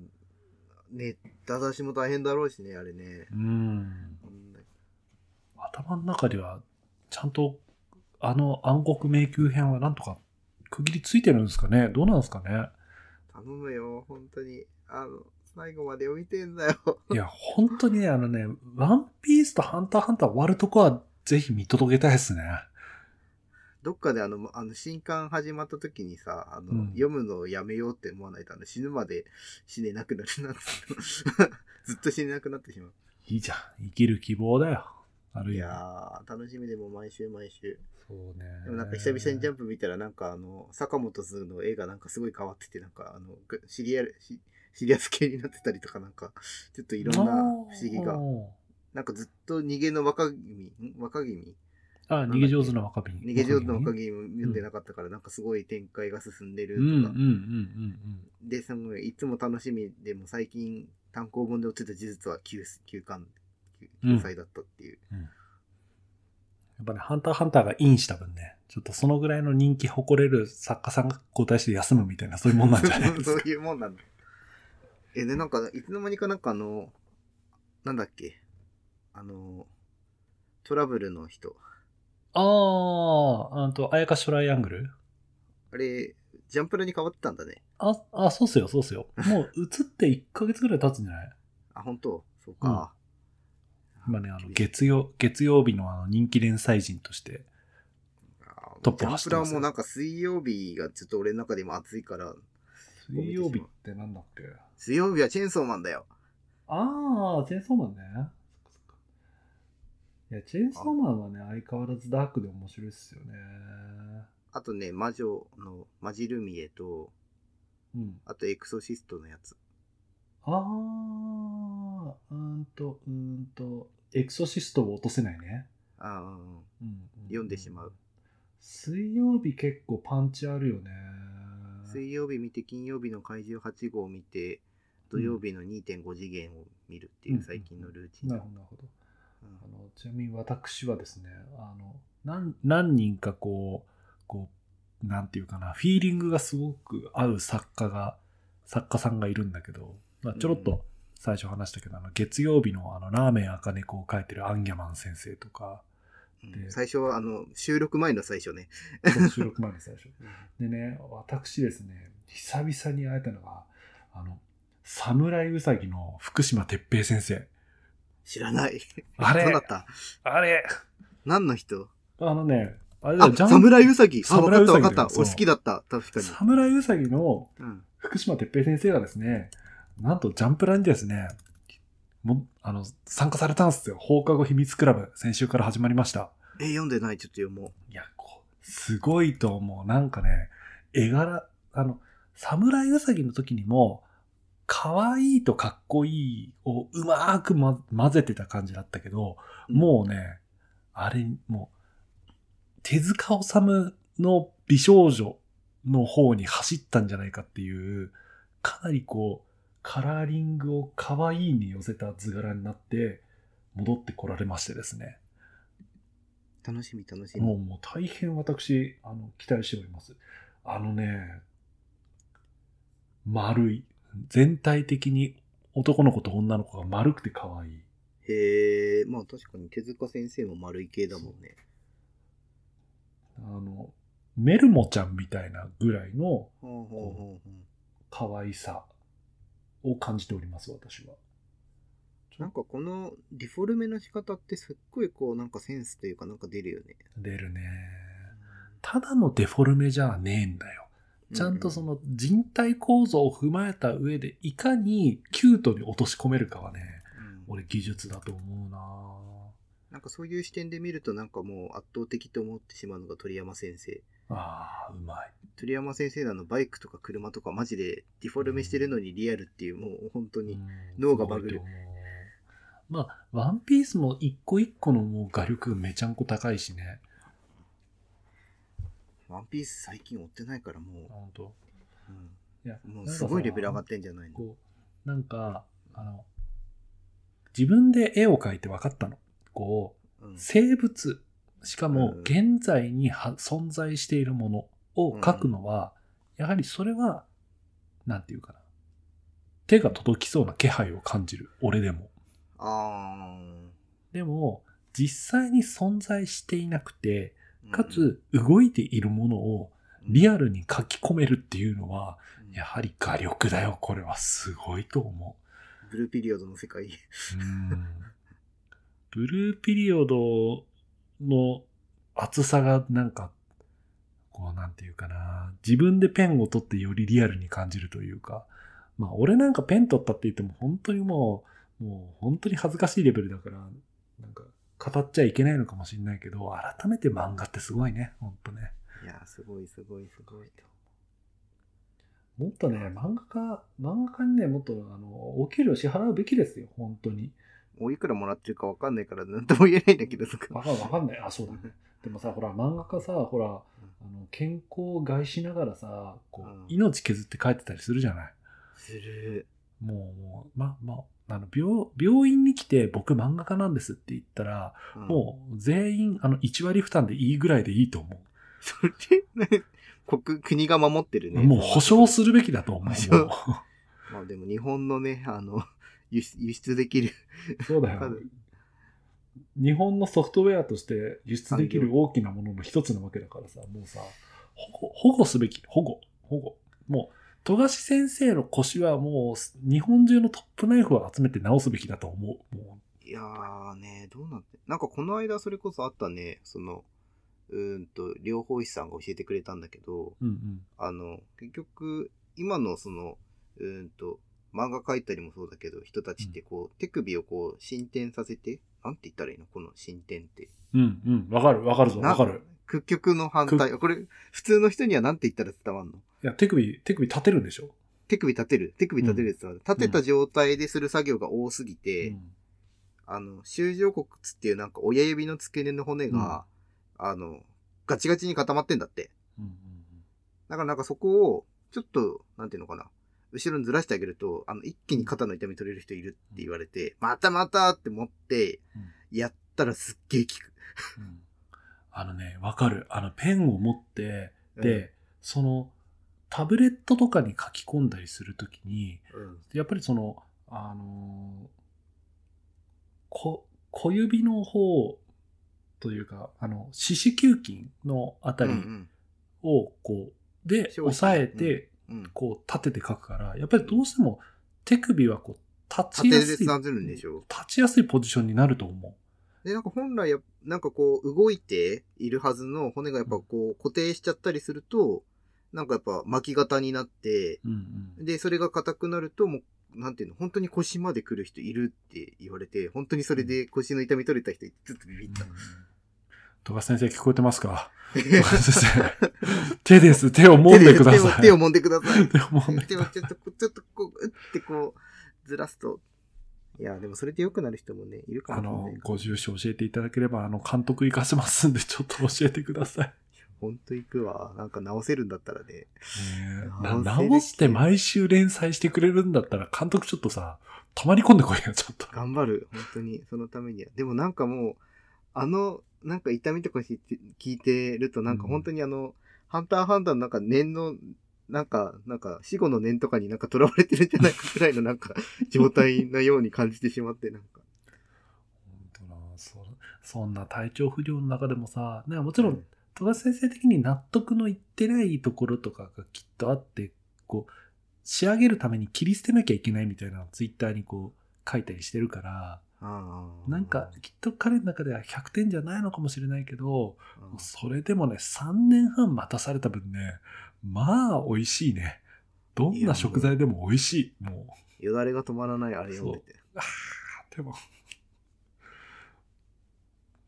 [SPEAKER 2] ね、ダ出しも大変だろうしね、あれね。
[SPEAKER 1] うん。
[SPEAKER 2] うん
[SPEAKER 1] 頭の中では、ちゃんと、あの暗黒迷宮編はなんとか区切りついてるんですかねどうなんですかね
[SPEAKER 2] 頼むよ、本当に。あの、最後まで読みてんだよ。
[SPEAKER 1] いや、本当にね、あのね、ワンピースとハンターハンター終わるとこは、ぜひ見届けたいですね。
[SPEAKER 2] どっかであの、あの新刊始まった時にさ、あの、
[SPEAKER 1] うん
[SPEAKER 2] 読むのをやめようって思わないと、あの、死ぬまで死ねなくなるなって。 ずっと死ねなくなってしまう。
[SPEAKER 1] いいじゃん。生きる希望だよ。ある
[SPEAKER 2] い
[SPEAKER 1] 意味
[SPEAKER 2] やー、楽しみでもう毎週毎週。
[SPEAKER 1] そうね。
[SPEAKER 2] でもなんか久々にジャ
[SPEAKER 1] ン
[SPEAKER 2] ンプ見たら、なんかあの、坂本図の絵がなんかすごい変わってて、なんかあの、ぐシリアル、シシリアス系になってたりとかなんか、ちょっといろんな不思議が。なんかずっと逃げの若君、ん若君
[SPEAKER 1] あ、逃げ上手な若君。
[SPEAKER 2] 逃げ上手の若
[SPEAKER 1] 君。
[SPEAKER 2] 君も読んでなかったから、なんかすごい展開が進んでる
[SPEAKER 1] うんうんうん
[SPEAKER 2] と
[SPEAKER 1] う
[SPEAKER 2] か。
[SPEAKER 1] んうん。
[SPEAKER 2] で、そのいつも楽しみでも最近単行本で落ちた事実は休休館、休
[SPEAKER 1] うん
[SPEAKER 2] 休載だったっていう。
[SPEAKER 1] やっぱね、ハンターハンターがインした分ね、ちょっとそのぐらいの人気誇れる作家さんが交代して休むみたいな、そういうもんなんじゃないです
[SPEAKER 2] そう
[SPEAKER 1] か。
[SPEAKER 2] いうもんなの。え、で、なんか、いつの間にかなんかあの、なんだっけ、あの、トラブルの人。
[SPEAKER 1] あー、あと、あやかしトライアングル
[SPEAKER 2] あれ、ジャンプラに変わってたんだね。
[SPEAKER 1] あ、あ、そうっすよ、そうっすよ。もう、移って1ヶ月ぐらい経つんじゃない
[SPEAKER 2] あ、本当そうか。
[SPEAKER 1] 今ね、あの、月曜、月曜日のあの人気連載人として。
[SPEAKER 2] あ
[SPEAKER 1] トップ
[SPEAKER 2] ジャン
[SPEAKER 1] 走
[SPEAKER 2] プ
[SPEAKER 1] って
[SPEAKER 2] ラ
[SPEAKER 1] ます
[SPEAKER 2] は
[SPEAKER 1] よ
[SPEAKER 2] もうなんか水曜日がちょっと俺の中でも暑いから、
[SPEAKER 1] 水曜日ってなんだっけ
[SPEAKER 2] 水曜日はチェーンソーマンだよ。
[SPEAKER 1] ああ、チェーンソーマンね。そっかそっかいや、チェーンソーマンはね、相変わらずダークで面白いっすよね。
[SPEAKER 2] あとね、魔女のマジルミエと、
[SPEAKER 1] うん。
[SPEAKER 2] あとエクソシストのやつ。
[SPEAKER 1] ああ、うーんと、うーんと、エクソシストを落とせないね。
[SPEAKER 2] ああ、
[SPEAKER 1] うんうん
[SPEAKER 2] 読んでしまう。
[SPEAKER 1] 水曜日結構パンチあるよね。
[SPEAKER 2] 水曜日見て、金曜日の怪獣8号を見て、土曜日の2.5次元を見るっていう最近のルーチン
[SPEAKER 1] な
[SPEAKER 2] だ。
[SPEAKER 1] るほど、なるほど。
[SPEAKER 2] うん
[SPEAKER 1] あのちなみに私はですねあの何何人かこうこうなんていうかなフィーリングがすごく合う作家が作家さんがいるんだけど、まあ、ちょろっ
[SPEAKER 2] うん
[SPEAKER 1] と最初話したけど、あの月曜日のあのラーメン赤猫を描いてるアンギャマン先生とか
[SPEAKER 2] うん
[SPEAKER 1] で
[SPEAKER 2] 最初は、あの、収録前の最初ね。
[SPEAKER 1] 収録前の最 初でね私ですね久々に会えたのがあの侍うさぎの福島哲平先生
[SPEAKER 2] 知らない。
[SPEAKER 1] あ
[SPEAKER 2] どうだ
[SPEAKER 1] れ
[SPEAKER 2] った
[SPEAKER 1] あれ
[SPEAKER 2] 何の人
[SPEAKER 1] あのねあれだ
[SPEAKER 2] あ
[SPEAKER 1] よ、ジャン
[SPEAKER 2] 侍ウサギ。あ、わか
[SPEAKER 1] 侍
[SPEAKER 2] ったわか
[SPEAKER 1] ウサギだよ。
[SPEAKER 2] った
[SPEAKER 1] そう
[SPEAKER 2] 俺好きだった。確かに。
[SPEAKER 1] 侍うさぎの
[SPEAKER 2] うん。
[SPEAKER 1] 福島哲平先生がですね、なんとジャンプラにですね、もあの参加されたんですよ。放課後秘密クラブ、先週から始まりました。
[SPEAKER 2] え、読んでない。ちょっと読も
[SPEAKER 1] いや、こう、すごいと思う。なんかね、絵柄、あの、侍うさぎの時にも、可愛いとかっこいいをうまーく、ま、混ぜてた感じだったけど、
[SPEAKER 2] う。
[SPEAKER 1] もうね、あれ、もう、手塚治虫の美少女の方に走ったんじゃないかっていう、かなりこう、カラーリングを可愛いに寄せた図柄になって、戻ってこられましてですね。
[SPEAKER 2] 楽しみ、楽し
[SPEAKER 1] も
[SPEAKER 2] み。
[SPEAKER 1] う、もう大変私、あの、期待しております。あのね、丸い。全体的に男の子と女の子が丸くて可愛い。
[SPEAKER 2] へえ、まあ確かに手塚先生も丸い系だもんね。
[SPEAKER 1] あの、メルモちゃんみたいなぐらいの
[SPEAKER 2] ほうほうほうほう
[SPEAKER 1] 可愛さを感じております、私は。
[SPEAKER 2] なんかこのディフォルメの仕方ってすっごいこうなんかセンスというかなんか出るよね。
[SPEAKER 1] 出るね。ただのデフォルメじゃねえんだよ。ちゃんとその人体構造を踏まえた上で、いかにキュートに落とし込めるかはね、
[SPEAKER 2] うん、
[SPEAKER 1] 俺技術だと思うな
[SPEAKER 2] なんかそういう視点で見るとなんかもう圧倒的と思ってしまうのが鳥山先生。
[SPEAKER 1] ああ、うまい。
[SPEAKER 2] 鳥山先生のあのバイクとか車とかマジでディフォルメしてるのにリアルっていうもう本当に。脳がバグる
[SPEAKER 1] すごいと思う。まあ、ワンピースも一個一個のもう画力めちゃんこ高いしね。
[SPEAKER 2] ワンピース最近追ってないからも
[SPEAKER 1] 本当。
[SPEAKER 2] う、
[SPEAKER 1] いや
[SPEAKER 2] うんもうすごいレベル上がってんじゃないの
[SPEAKER 1] こう、なんか、あの、自分で絵を描いて分かったの。こ
[SPEAKER 2] うん
[SPEAKER 1] う、生物、しかも
[SPEAKER 2] うん
[SPEAKER 1] 現在には存在しているものを描くのは、やはりそれは、なんていうかな。手が届きそうな気配を感じる。俺でも。
[SPEAKER 2] あ
[SPEAKER 1] でも、実際に存在していなくて、
[SPEAKER 2] ー
[SPEAKER 1] か、つ動いているものをリアルに書き込めるっていうのは、
[SPEAKER 2] うん
[SPEAKER 1] やはり画力だよ。これはすごいと思う。
[SPEAKER 2] ブルーピリオドの世界。
[SPEAKER 1] うんブルーピリオドの厚さがなんか、こうなんていうかな、自分でペンを取ってよりリアルに感じるというか、まあ俺なんかペン取ったって言っても本当にもう、もう本当に恥ずかしいレベルだから、なんか語っちゃいけないのかもしれないけど、改めて漫画ってすごいね、本当ね。
[SPEAKER 2] いやーすごいすごいすごい。
[SPEAKER 1] もっとね、漫画家、漫画家にね、もっとあの、お給料支払うべきですよ、本当に。
[SPEAKER 2] もういくらもらってるかわかんないからなんとも言えないんだけど、そっか
[SPEAKER 1] わかんわかんない。あ、そうだね。でもさ、ほら、漫画家さ、ほら、あの健康を害しながらさ、こう
[SPEAKER 2] うん
[SPEAKER 1] 命削って帰ってたりするじゃない。
[SPEAKER 2] する。
[SPEAKER 1] もう、もう、ま、ま、あの病病院に来て僕漫画家なんですって言ったら、
[SPEAKER 2] うん
[SPEAKER 1] もう全員あの1割負担でいいぐらいでいいと思
[SPEAKER 2] それ、ね、国、国が守ってる
[SPEAKER 1] う。
[SPEAKER 2] ね。
[SPEAKER 1] もう保証するべきだと思う。
[SPEAKER 2] 保証
[SPEAKER 1] もう
[SPEAKER 2] まあでも日本のね、あの、輸出輸出できる。
[SPEAKER 1] そうだよ
[SPEAKER 2] わかる。
[SPEAKER 1] 日本のソフトウェアとして輸出できる大きなものの一つなわけだからさ、もうさ、保護保護すべき、保護、保護。もう、富樫先生の腰はもう、日本中のトップナイフを集めて直すべきだと思う。も
[SPEAKER 2] いやーね、どうなって。なんかこの間それこそあったね、その、うーんと、療法士さんが教えてくれたんだけど、
[SPEAKER 1] う、うん
[SPEAKER 2] あの、結局、今のその、うーんと、漫画描いたりもそうだけど、人たちってこう、手首をこう、進展させて、なんて言ったらいいのこの進展って。
[SPEAKER 1] うん。うんうん。わかる、わかるぞ、
[SPEAKER 2] な
[SPEAKER 1] わかる。
[SPEAKER 2] 屈曲の反対。これ、普通の人にはなんて言ったら伝わんの
[SPEAKER 1] いや、手首、手首立てるんでしょ。
[SPEAKER 2] 手首立てる手首立てるやつは、立てた状態でする作業が多すぎて、
[SPEAKER 1] うん
[SPEAKER 2] あの、修上骨っていうなんか親指の付け根の骨が、あの、ガチガチに固まってんだって。
[SPEAKER 1] うん
[SPEAKER 2] だからなんかそこを、ちょっと、なんていうのかな。後ろにずらしてあげると、あの、一気に肩の痛み取れる人いるって言われて、またまたって持って、やったらすっげえ効く。
[SPEAKER 1] うんうんあのね、わかる。あの、ペンを持って、で、その、タブレットとかに書き込んだりするときに、
[SPEAKER 2] うん、うん。
[SPEAKER 1] やっぱりその、あのーこ小指の方というか、あの、四肢球筋のあた
[SPEAKER 2] う
[SPEAKER 1] り
[SPEAKER 2] ん
[SPEAKER 1] を、こう、で、
[SPEAKER 2] 正直
[SPEAKER 1] 押さえて、
[SPEAKER 2] うん。うん。
[SPEAKER 1] こう、立てて書くから、やっぱりどうしても手首はこう、立ちや
[SPEAKER 2] 立
[SPEAKER 1] す
[SPEAKER 2] て
[SPEAKER 1] い、
[SPEAKER 2] で
[SPEAKER 1] 立
[SPEAKER 2] 立てるんでしょ。
[SPEAKER 1] ちやすいポジションになると思
[SPEAKER 2] で、なんか本来や、なんかこう、動いているはずの骨がやっぱこう、固定しちゃったりすると、なんかやっぱ巻き型になって、
[SPEAKER 1] う。うんうん。
[SPEAKER 2] で、それが硬くなると、もう、なんていうの、本当に腰まで来る人いるって言われて、本当にそれで腰の痛み取れた人、ちょっとビ ビった。
[SPEAKER 1] 富樫先生聞こえてますか富樫先生。手です。手を揉んでくだ
[SPEAKER 2] 手
[SPEAKER 1] さ
[SPEAKER 2] を
[SPEAKER 1] い。
[SPEAKER 2] 手を揉んでください。
[SPEAKER 1] 手を揉んでく
[SPEAKER 2] 手
[SPEAKER 1] だ
[SPEAKER 2] を
[SPEAKER 1] さい。
[SPEAKER 2] ちょっとこう、ちょっとこう、うってこう、ずらすと。いや、でもそれで良くなる人もね、いるか
[SPEAKER 1] あ
[SPEAKER 2] もしれ
[SPEAKER 1] の
[SPEAKER 2] ない、か
[SPEAKER 1] ご住所教えていただければ、あの、監督行かせますんで、ちょっと教えてください。
[SPEAKER 2] ら。ほんと行くわ。なんか直せるんだったらね。
[SPEAKER 1] ねな直して毎週連載してくれるんだったら、監督ちょっとさ、泊まり込んでこいよ、ちょっと。
[SPEAKER 2] 頑張る。本当に。そのためには。でもなんかもう、あの、なんか痛みとかし聞いてると、なんか
[SPEAKER 1] うん
[SPEAKER 2] 本当にあの、ハンターハンターのなんか念の、なんか、なんか死後の念とかになんか囚われてるんじゃないかくらいのなん か状態のように感じてしまって、なんか。
[SPEAKER 1] 本当なそそんな体調不良の中でもさ、ね、もちろん、戸田先生的に納得のいってないところとかがきっとあって、こう、仕上げるために切り捨てなきゃいけないみたいなのをツイッターにこう書いたりしてるから、
[SPEAKER 2] ああ。
[SPEAKER 1] なんかきっと彼の中では100点じゃないのかもしれないけど、
[SPEAKER 2] うん、
[SPEAKER 1] それでもね、3年半待たされた分ね、まあ美味しいね。どんな食材でも美味しい。もう、
[SPEAKER 2] よだれが止まらないあれ読んでて。
[SPEAKER 1] あーでも。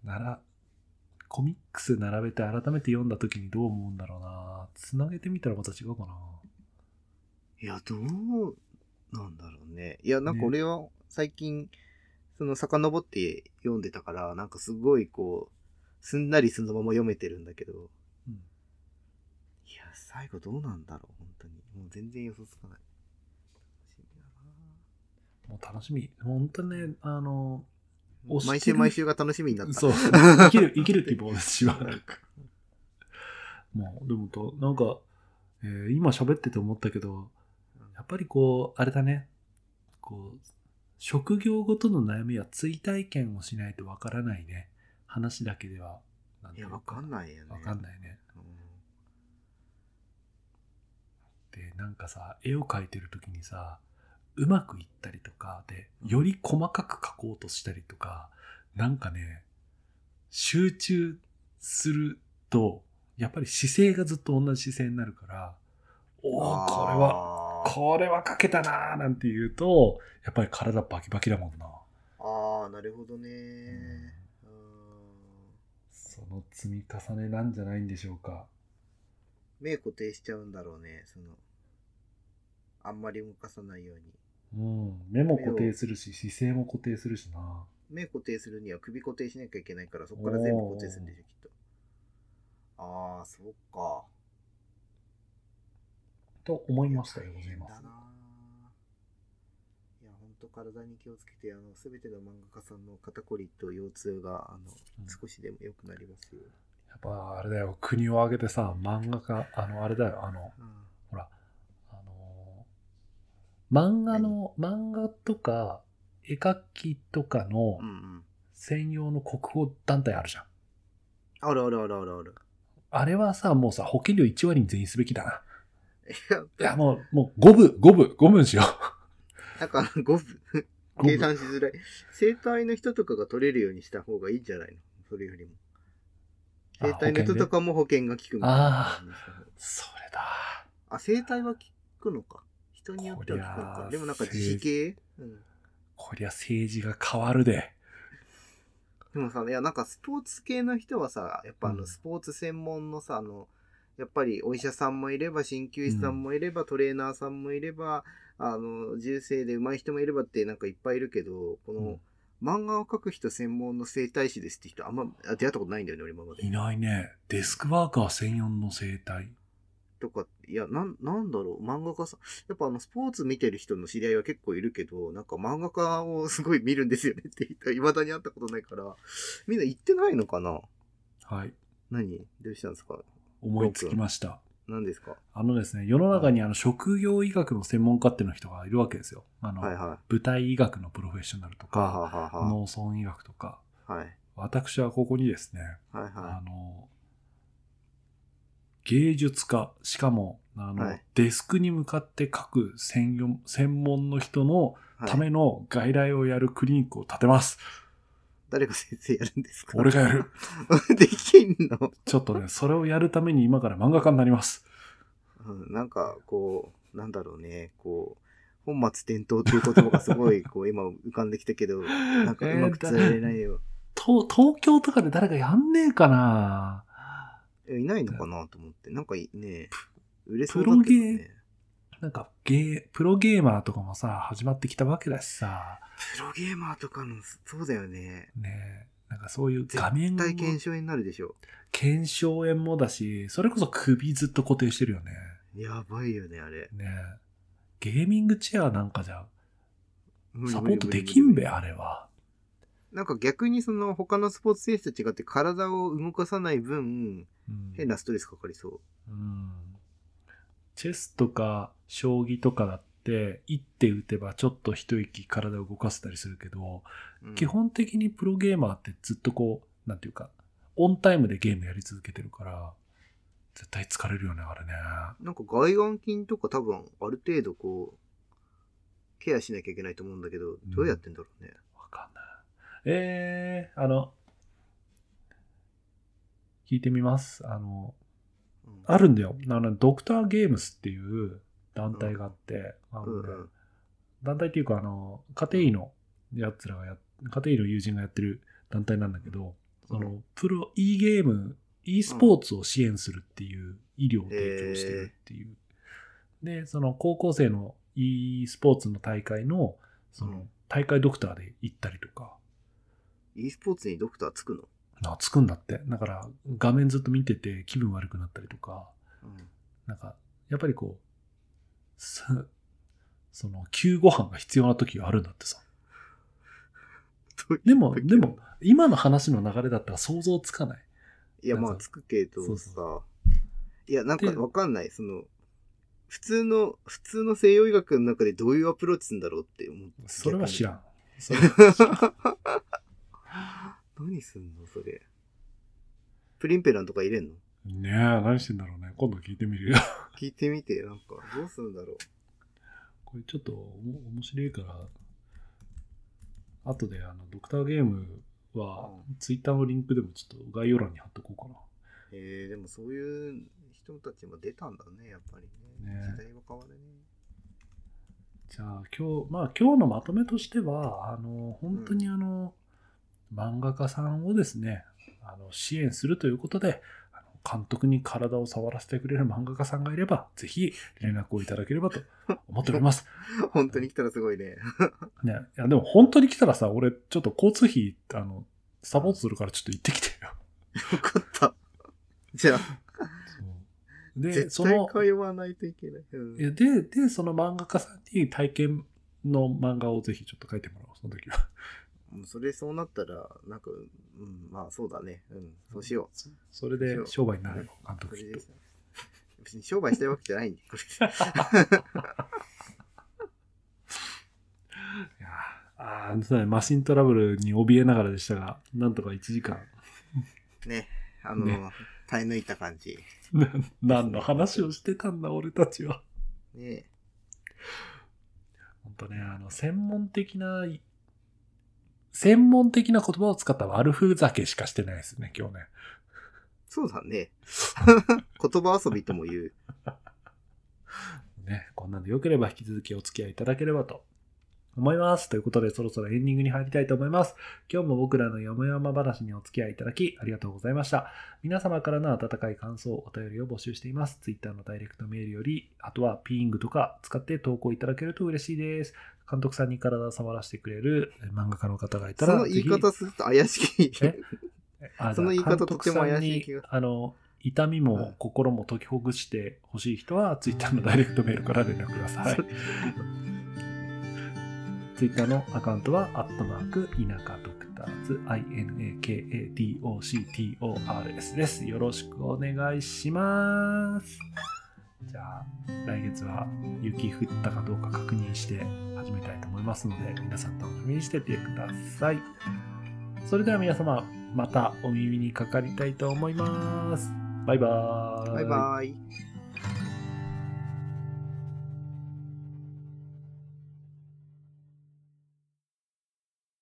[SPEAKER 1] なら、コミックス並べて改めて読んだ時にどう思うんだろうな。つなげてみたらまた違うかな。
[SPEAKER 2] いや、どうなんだろうね。いや、なんか
[SPEAKER 1] ね
[SPEAKER 2] 俺は最近、その遡って読んでたから、なんかすごいこう、すんなりそのまま読めてるんだけど、
[SPEAKER 1] うん
[SPEAKER 2] いや、最後どうなんだろう、本当に。もう全然予想つかない。楽しみだな
[SPEAKER 1] もう楽しみ。本当ね、あの、
[SPEAKER 2] もう
[SPEAKER 1] 推してる
[SPEAKER 2] 毎週毎週が楽しみになった。
[SPEAKER 1] そう。生きる、生きるっていう棒です、しばらく。もう、でもと、なんか、えー今喋ってて思ったけど、やっぱりこう、あれだね、こう、職業ごとの悩みは追体験をしないとわからないね。話だけでは。なん
[SPEAKER 2] い
[SPEAKER 1] てい
[SPEAKER 2] や、
[SPEAKER 1] う
[SPEAKER 2] わかんないよね。
[SPEAKER 1] わかん
[SPEAKER 2] い。
[SPEAKER 1] ないね。で、なんかさ、絵を描いてる時にさ、うまくいったりとか、で、より細かく描こうとしたりとか、なんかね、集中すると、やっぱり姿勢がずっと同じ姿勢になるから、おお、これは
[SPEAKER 2] は
[SPEAKER 1] これはかけたなーなんて言うと、やっぱり体バキバキだもんな。
[SPEAKER 2] ああ、なるほどね。うーん
[SPEAKER 1] その積み重ねなんじゃないんでしょうか。
[SPEAKER 2] 目固定しちゃうんだろうね、その。あんまり動かさないように。
[SPEAKER 1] うん。目も固定するし、姿勢も固定するしな。
[SPEAKER 2] 目固定するには首固定しなきゃいけないから、そこから全部固定するんでしょ、きっと。ああ、そうか。
[SPEAKER 1] と思いましたでございま
[SPEAKER 2] 大変
[SPEAKER 1] す
[SPEAKER 2] だ。ないや、本当体に気をつけて、あの、すべての漫画家さんの肩こりと腰痛が、あの、
[SPEAKER 1] うん
[SPEAKER 2] 少しでも良くなりますよ。
[SPEAKER 1] やっぱあれだよ、国を挙げてさ、漫画家、あの、あれだよ、あの、
[SPEAKER 2] うん
[SPEAKER 1] ほら、あのー漫画の、漫画とか、絵描きとかの
[SPEAKER 2] うんうん。
[SPEAKER 1] 専用の国宝団体あるじゃん。
[SPEAKER 2] あるあるあるあるある。
[SPEAKER 1] あれはさ、もうさ、保険料1割に全員すべきだな。
[SPEAKER 2] いや、
[SPEAKER 1] いや、もう、もう、五分、五分、五分しよ
[SPEAKER 2] なんか、ご分、
[SPEAKER 1] う。
[SPEAKER 2] 計算しづらい。生体の人とかが取れるようにした方がいいんじゃないのそれよりも。
[SPEAKER 1] あ
[SPEAKER 2] 生体の人とかも保険が効くみたいな感じにした方が。
[SPEAKER 1] それだ。
[SPEAKER 2] あ、生体は効くのか。人によっては効くの
[SPEAKER 1] こりゃ
[SPEAKER 2] か
[SPEAKER 1] あ。
[SPEAKER 2] でもなんか自費系うん。
[SPEAKER 1] こりゃ政治が変わるで。
[SPEAKER 2] でもさ、いや、なんかスポーツ系の人はさ、やっぱあ
[SPEAKER 1] う
[SPEAKER 2] の、
[SPEAKER 1] ん
[SPEAKER 2] スポーツ専門のさ、あの、やっぱりお医者さんもいれば、鍼灸師さんもいれば、トレーナーさんもいれば、あの、銃声で上手い人もいればって、なんかいっぱいいるけど、この、漫画を描く人専門の整体師ですって人、あんまあ出会ったことないんだよね、俺今まで
[SPEAKER 1] い。ないね。デスクワーカー専用の生態。
[SPEAKER 2] とか、いや、なん、なんだろう、漫画家さん、やっぱあの、スポーツ見てる人の知り合いは結構いるけど、なんか漫画家をすごい見るんですよねって人、未だに会ったことないから、みんな行ってないのかな
[SPEAKER 1] はい。
[SPEAKER 2] 何どうしたんですか
[SPEAKER 1] 思いつきました。
[SPEAKER 2] 何ですか
[SPEAKER 1] あのですね、世の中にあの職業医学の専門家っていうの人がいるわけですよ。あの、
[SPEAKER 2] はいはい。
[SPEAKER 1] 舞台医学のプロフェッショナルと
[SPEAKER 2] はは
[SPEAKER 1] か、
[SPEAKER 2] はは
[SPEAKER 1] 農村医学とか。
[SPEAKER 2] はい。
[SPEAKER 1] 私はここにですね、
[SPEAKER 2] はいは
[SPEAKER 1] あの、芸術家、しかも、あの、
[SPEAKER 2] はい
[SPEAKER 1] デスクに向かって書く専用専門の人の
[SPEAKER 2] い。はい
[SPEAKER 1] ための外来をやるクリニックを建てます。
[SPEAKER 2] 誰が先生やるんですか
[SPEAKER 1] 俺がやる。
[SPEAKER 2] できんの、
[SPEAKER 1] ちょっとね、それをやるために今から漫画家になります。
[SPEAKER 2] うん、なんか、こう、なんだろうね、こう、本末転倒っていう言葉がす ごい、こう、今浮かんできたけど、なんかうまく伝えられないよ。
[SPEAKER 1] 東東京とかで誰かやんねえかな
[SPEAKER 2] えいないのかなと思って。なんかいね、売れそ
[SPEAKER 1] プ
[SPEAKER 2] うだ
[SPEAKER 1] ロ
[SPEAKER 2] けど
[SPEAKER 1] ゲー
[SPEAKER 2] ね。
[SPEAKER 1] なんかゲー、プロゲーマーとかもさ、始まってきたわけだしさ、
[SPEAKER 2] プロゲーマーとかの、そうだよね。
[SPEAKER 1] ねえなんかそういう画面
[SPEAKER 2] 絶
[SPEAKER 1] の
[SPEAKER 2] 対検証になるでしょ
[SPEAKER 1] 検証炎もだし、それこそ首ずっと固定してるよね。
[SPEAKER 2] う。やばいよね、あれ。
[SPEAKER 1] ねえゲーミングチェアなんかじゃ、
[SPEAKER 2] 無理
[SPEAKER 1] サポ
[SPEAKER 2] 無
[SPEAKER 1] ー
[SPEAKER 2] 理
[SPEAKER 1] ト
[SPEAKER 2] 無理
[SPEAKER 1] できんべ、
[SPEAKER 2] 無理
[SPEAKER 1] あれは。
[SPEAKER 2] なんか逆にその他のスポーツ選手と違って体を動かさない分、
[SPEAKER 1] うん
[SPEAKER 2] 変なストレスかかりそう。
[SPEAKER 1] うんチェスとか将棋とかだって一手打てばちょっと一息体を動かせたりするけど、
[SPEAKER 2] うん
[SPEAKER 1] 基本的にプロゲーマーってずっとこうなんていうかオンタイムでゲームやり続けてるから絶対疲れるよねあれね
[SPEAKER 2] なんか外眼筋とか多分ある程度こう、ケアしなきゃいけないと思うんだけど、どうやってんだろうね。
[SPEAKER 1] わかんないえー、あの聞いてみますあの
[SPEAKER 2] うん
[SPEAKER 1] あるんだよあのドクターゲームスっていう団体があって、あ
[SPEAKER 2] う
[SPEAKER 1] の
[SPEAKER 2] ん
[SPEAKER 1] ね
[SPEAKER 2] うん。
[SPEAKER 1] 団体っていうか、あの、家庭医のやつらがや、家庭医の友人がやってる団体なんだけど、その、プロ、e ゲーム、e スポーツを支援するっていう、医療を提供してるっていう。で、その、高校生の e スポーツの大会の、そうの
[SPEAKER 2] ん、
[SPEAKER 1] 大会ドクターで行ったりとか、
[SPEAKER 2] e スポーツにドクターつくの、
[SPEAKER 1] なつくんだって。だから、画面ずっと見てて気分悪くなったりとか、なんか、やっぱりこう、すその、急ご飯が必要な時があるんだってさ。でも、でも、今の話の流れだったら想像つかない。
[SPEAKER 2] いや、ま
[SPEAKER 1] な
[SPEAKER 2] あ、
[SPEAKER 1] んか
[SPEAKER 2] つくけどさ。
[SPEAKER 1] そうそ
[SPEAKER 2] いや、なんか
[SPEAKER 1] で
[SPEAKER 2] わかんない。その、普通の、普通の西洋医学の中でどういうアプローチするんだろうって思って。
[SPEAKER 1] それは知ら
[SPEAKER 2] ん。
[SPEAKER 1] ん。それは知らん
[SPEAKER 2] 何すんのそれ。プリンペランとか入れんの
[SPEAKER 1] ねえ、何してんだろうね。今度聞いてみるよ。
[SPEAKER 2] 聞いてみて、なんか、どうするんだろう。
[SPEAKER 1] これちょっとおも面白いから、後で、あの、ドクターゲームは、ツイッターのリンクでもちょっと概要欄に貼っとこうかな。
[SPEAKER 2] えー、でもそういう人たちも出たんだね、やっぱりね。
[SPEAKER 1] ね
[SPEAKER 2] 時代は変わるね。
[SPEAKER 1] じゃあ今日、まあ今日のまとめとしては、あの、本当にあの、漫画家さんをですね、あの、支援するということで、あの監督に体を触らせてくれる漫画家さんがいれば、ぜひ連絡をいただければと思っております。
[SPEAKER 2] 本当に来たらすごいね。
[SPEAKER 1] ね、いやでも本当に来たらさ、俺ちょっと交通費、あの、サポートするからちょっと行ってきてよ。
[SPEAKER 2] よか った。じゃあ、
[SPEAKER 1] で、そ
[SPEAKER 2] 絶対
[SPEAKER 1] の、
[SPEAKER 2] 通わないといけない。うん
[SPEAKER 1] いやで、で、その漫画家さんに体験の漫画をぜひちょっと書いてもらおう、その時は。
[SPEAKER 2] もうそれそうなったら、なんか、うん、まあそうだね。うん、そうしよ
[SPEAKER 1] そそれで商売になれば、監
[SPEAKER 2] う。そ
[SPEAKER 1] 督
[SPEAKER 2] れ
[SPEAKER 1] きっ
[SPEAKER 2] で
[SPEAKER 1] と。
[SPEAKER 2] 別に商売したいわけじゃないん で、これ
[SPEAKER 1] いやーあーそうだねマシントラブルに怯えながらでしたが、なんとか1時間。
[SPEAKER 2] ね、あの、
[SPEAKER 1] ね
[SPEAKER 2] 耐え抜いた感じ。
[SPEAKER 1] な何の話をしてたんだ、俺たちは。
[SPEAKER 2] ね、
[SPEAKER 1] 本当ね、あの、専門的な、専門的な言葉を使った悪ふざけしかしてないですね、今日ね。
[SPEAKER 2] そうだ ね。言葉遊びとも言う。
[SPEAKER 1] ね、こんなんで良ければ引き続きお付き合いいただければと思います。ということで、そろそろエンディングに入りたいと思います。今日も僕らの山々話にお付き合いいただき、ありがとうございました。皆様からの温かい感想、お便りを募集しています。Twitter のダイレクトメールより、あとはピーイングとか使って投稿いただけると嬉しいです。監督さんに体を触らせてくれる漫画家の方がいた
[SPEAKER 2] そ
[SPEAKER 1] ら、
[SPEAKER 2] の言い
[SPEAKER 1] ぜひ
[SPEAKER 2] 方すると怪しい。
[SPEAKER 1] えあ
[SPEAKER 2] その言い方とっても怪しい
[SPEAKER 1] じ
[SPEAKER 2] 気
[SPEAKER 1] ゃあ監督さんに
[SPEAKER 2] が
[SPEAKER 1] あの、痛み
[SPEAKER 2] はい
[SPEAKER 1] も心も解きほぐしてほしい人は、ツイッターのダイレクトメールから連絡ください
[SPEAKER 2] そ。
[SPEAKER 1] ツイッターのアカウントは、アットマーク、田舎ドクターズ、INAKADOCTORS です。よろしくお願いします。じゃあ、来月は雪降ったかどうか確認して始めたいと思いますので、皆さん楽しみにしててください。それでは皆様、またお耳にかかりたいと思います。バイバーイ。
[SPEAKER 2] バイバイ。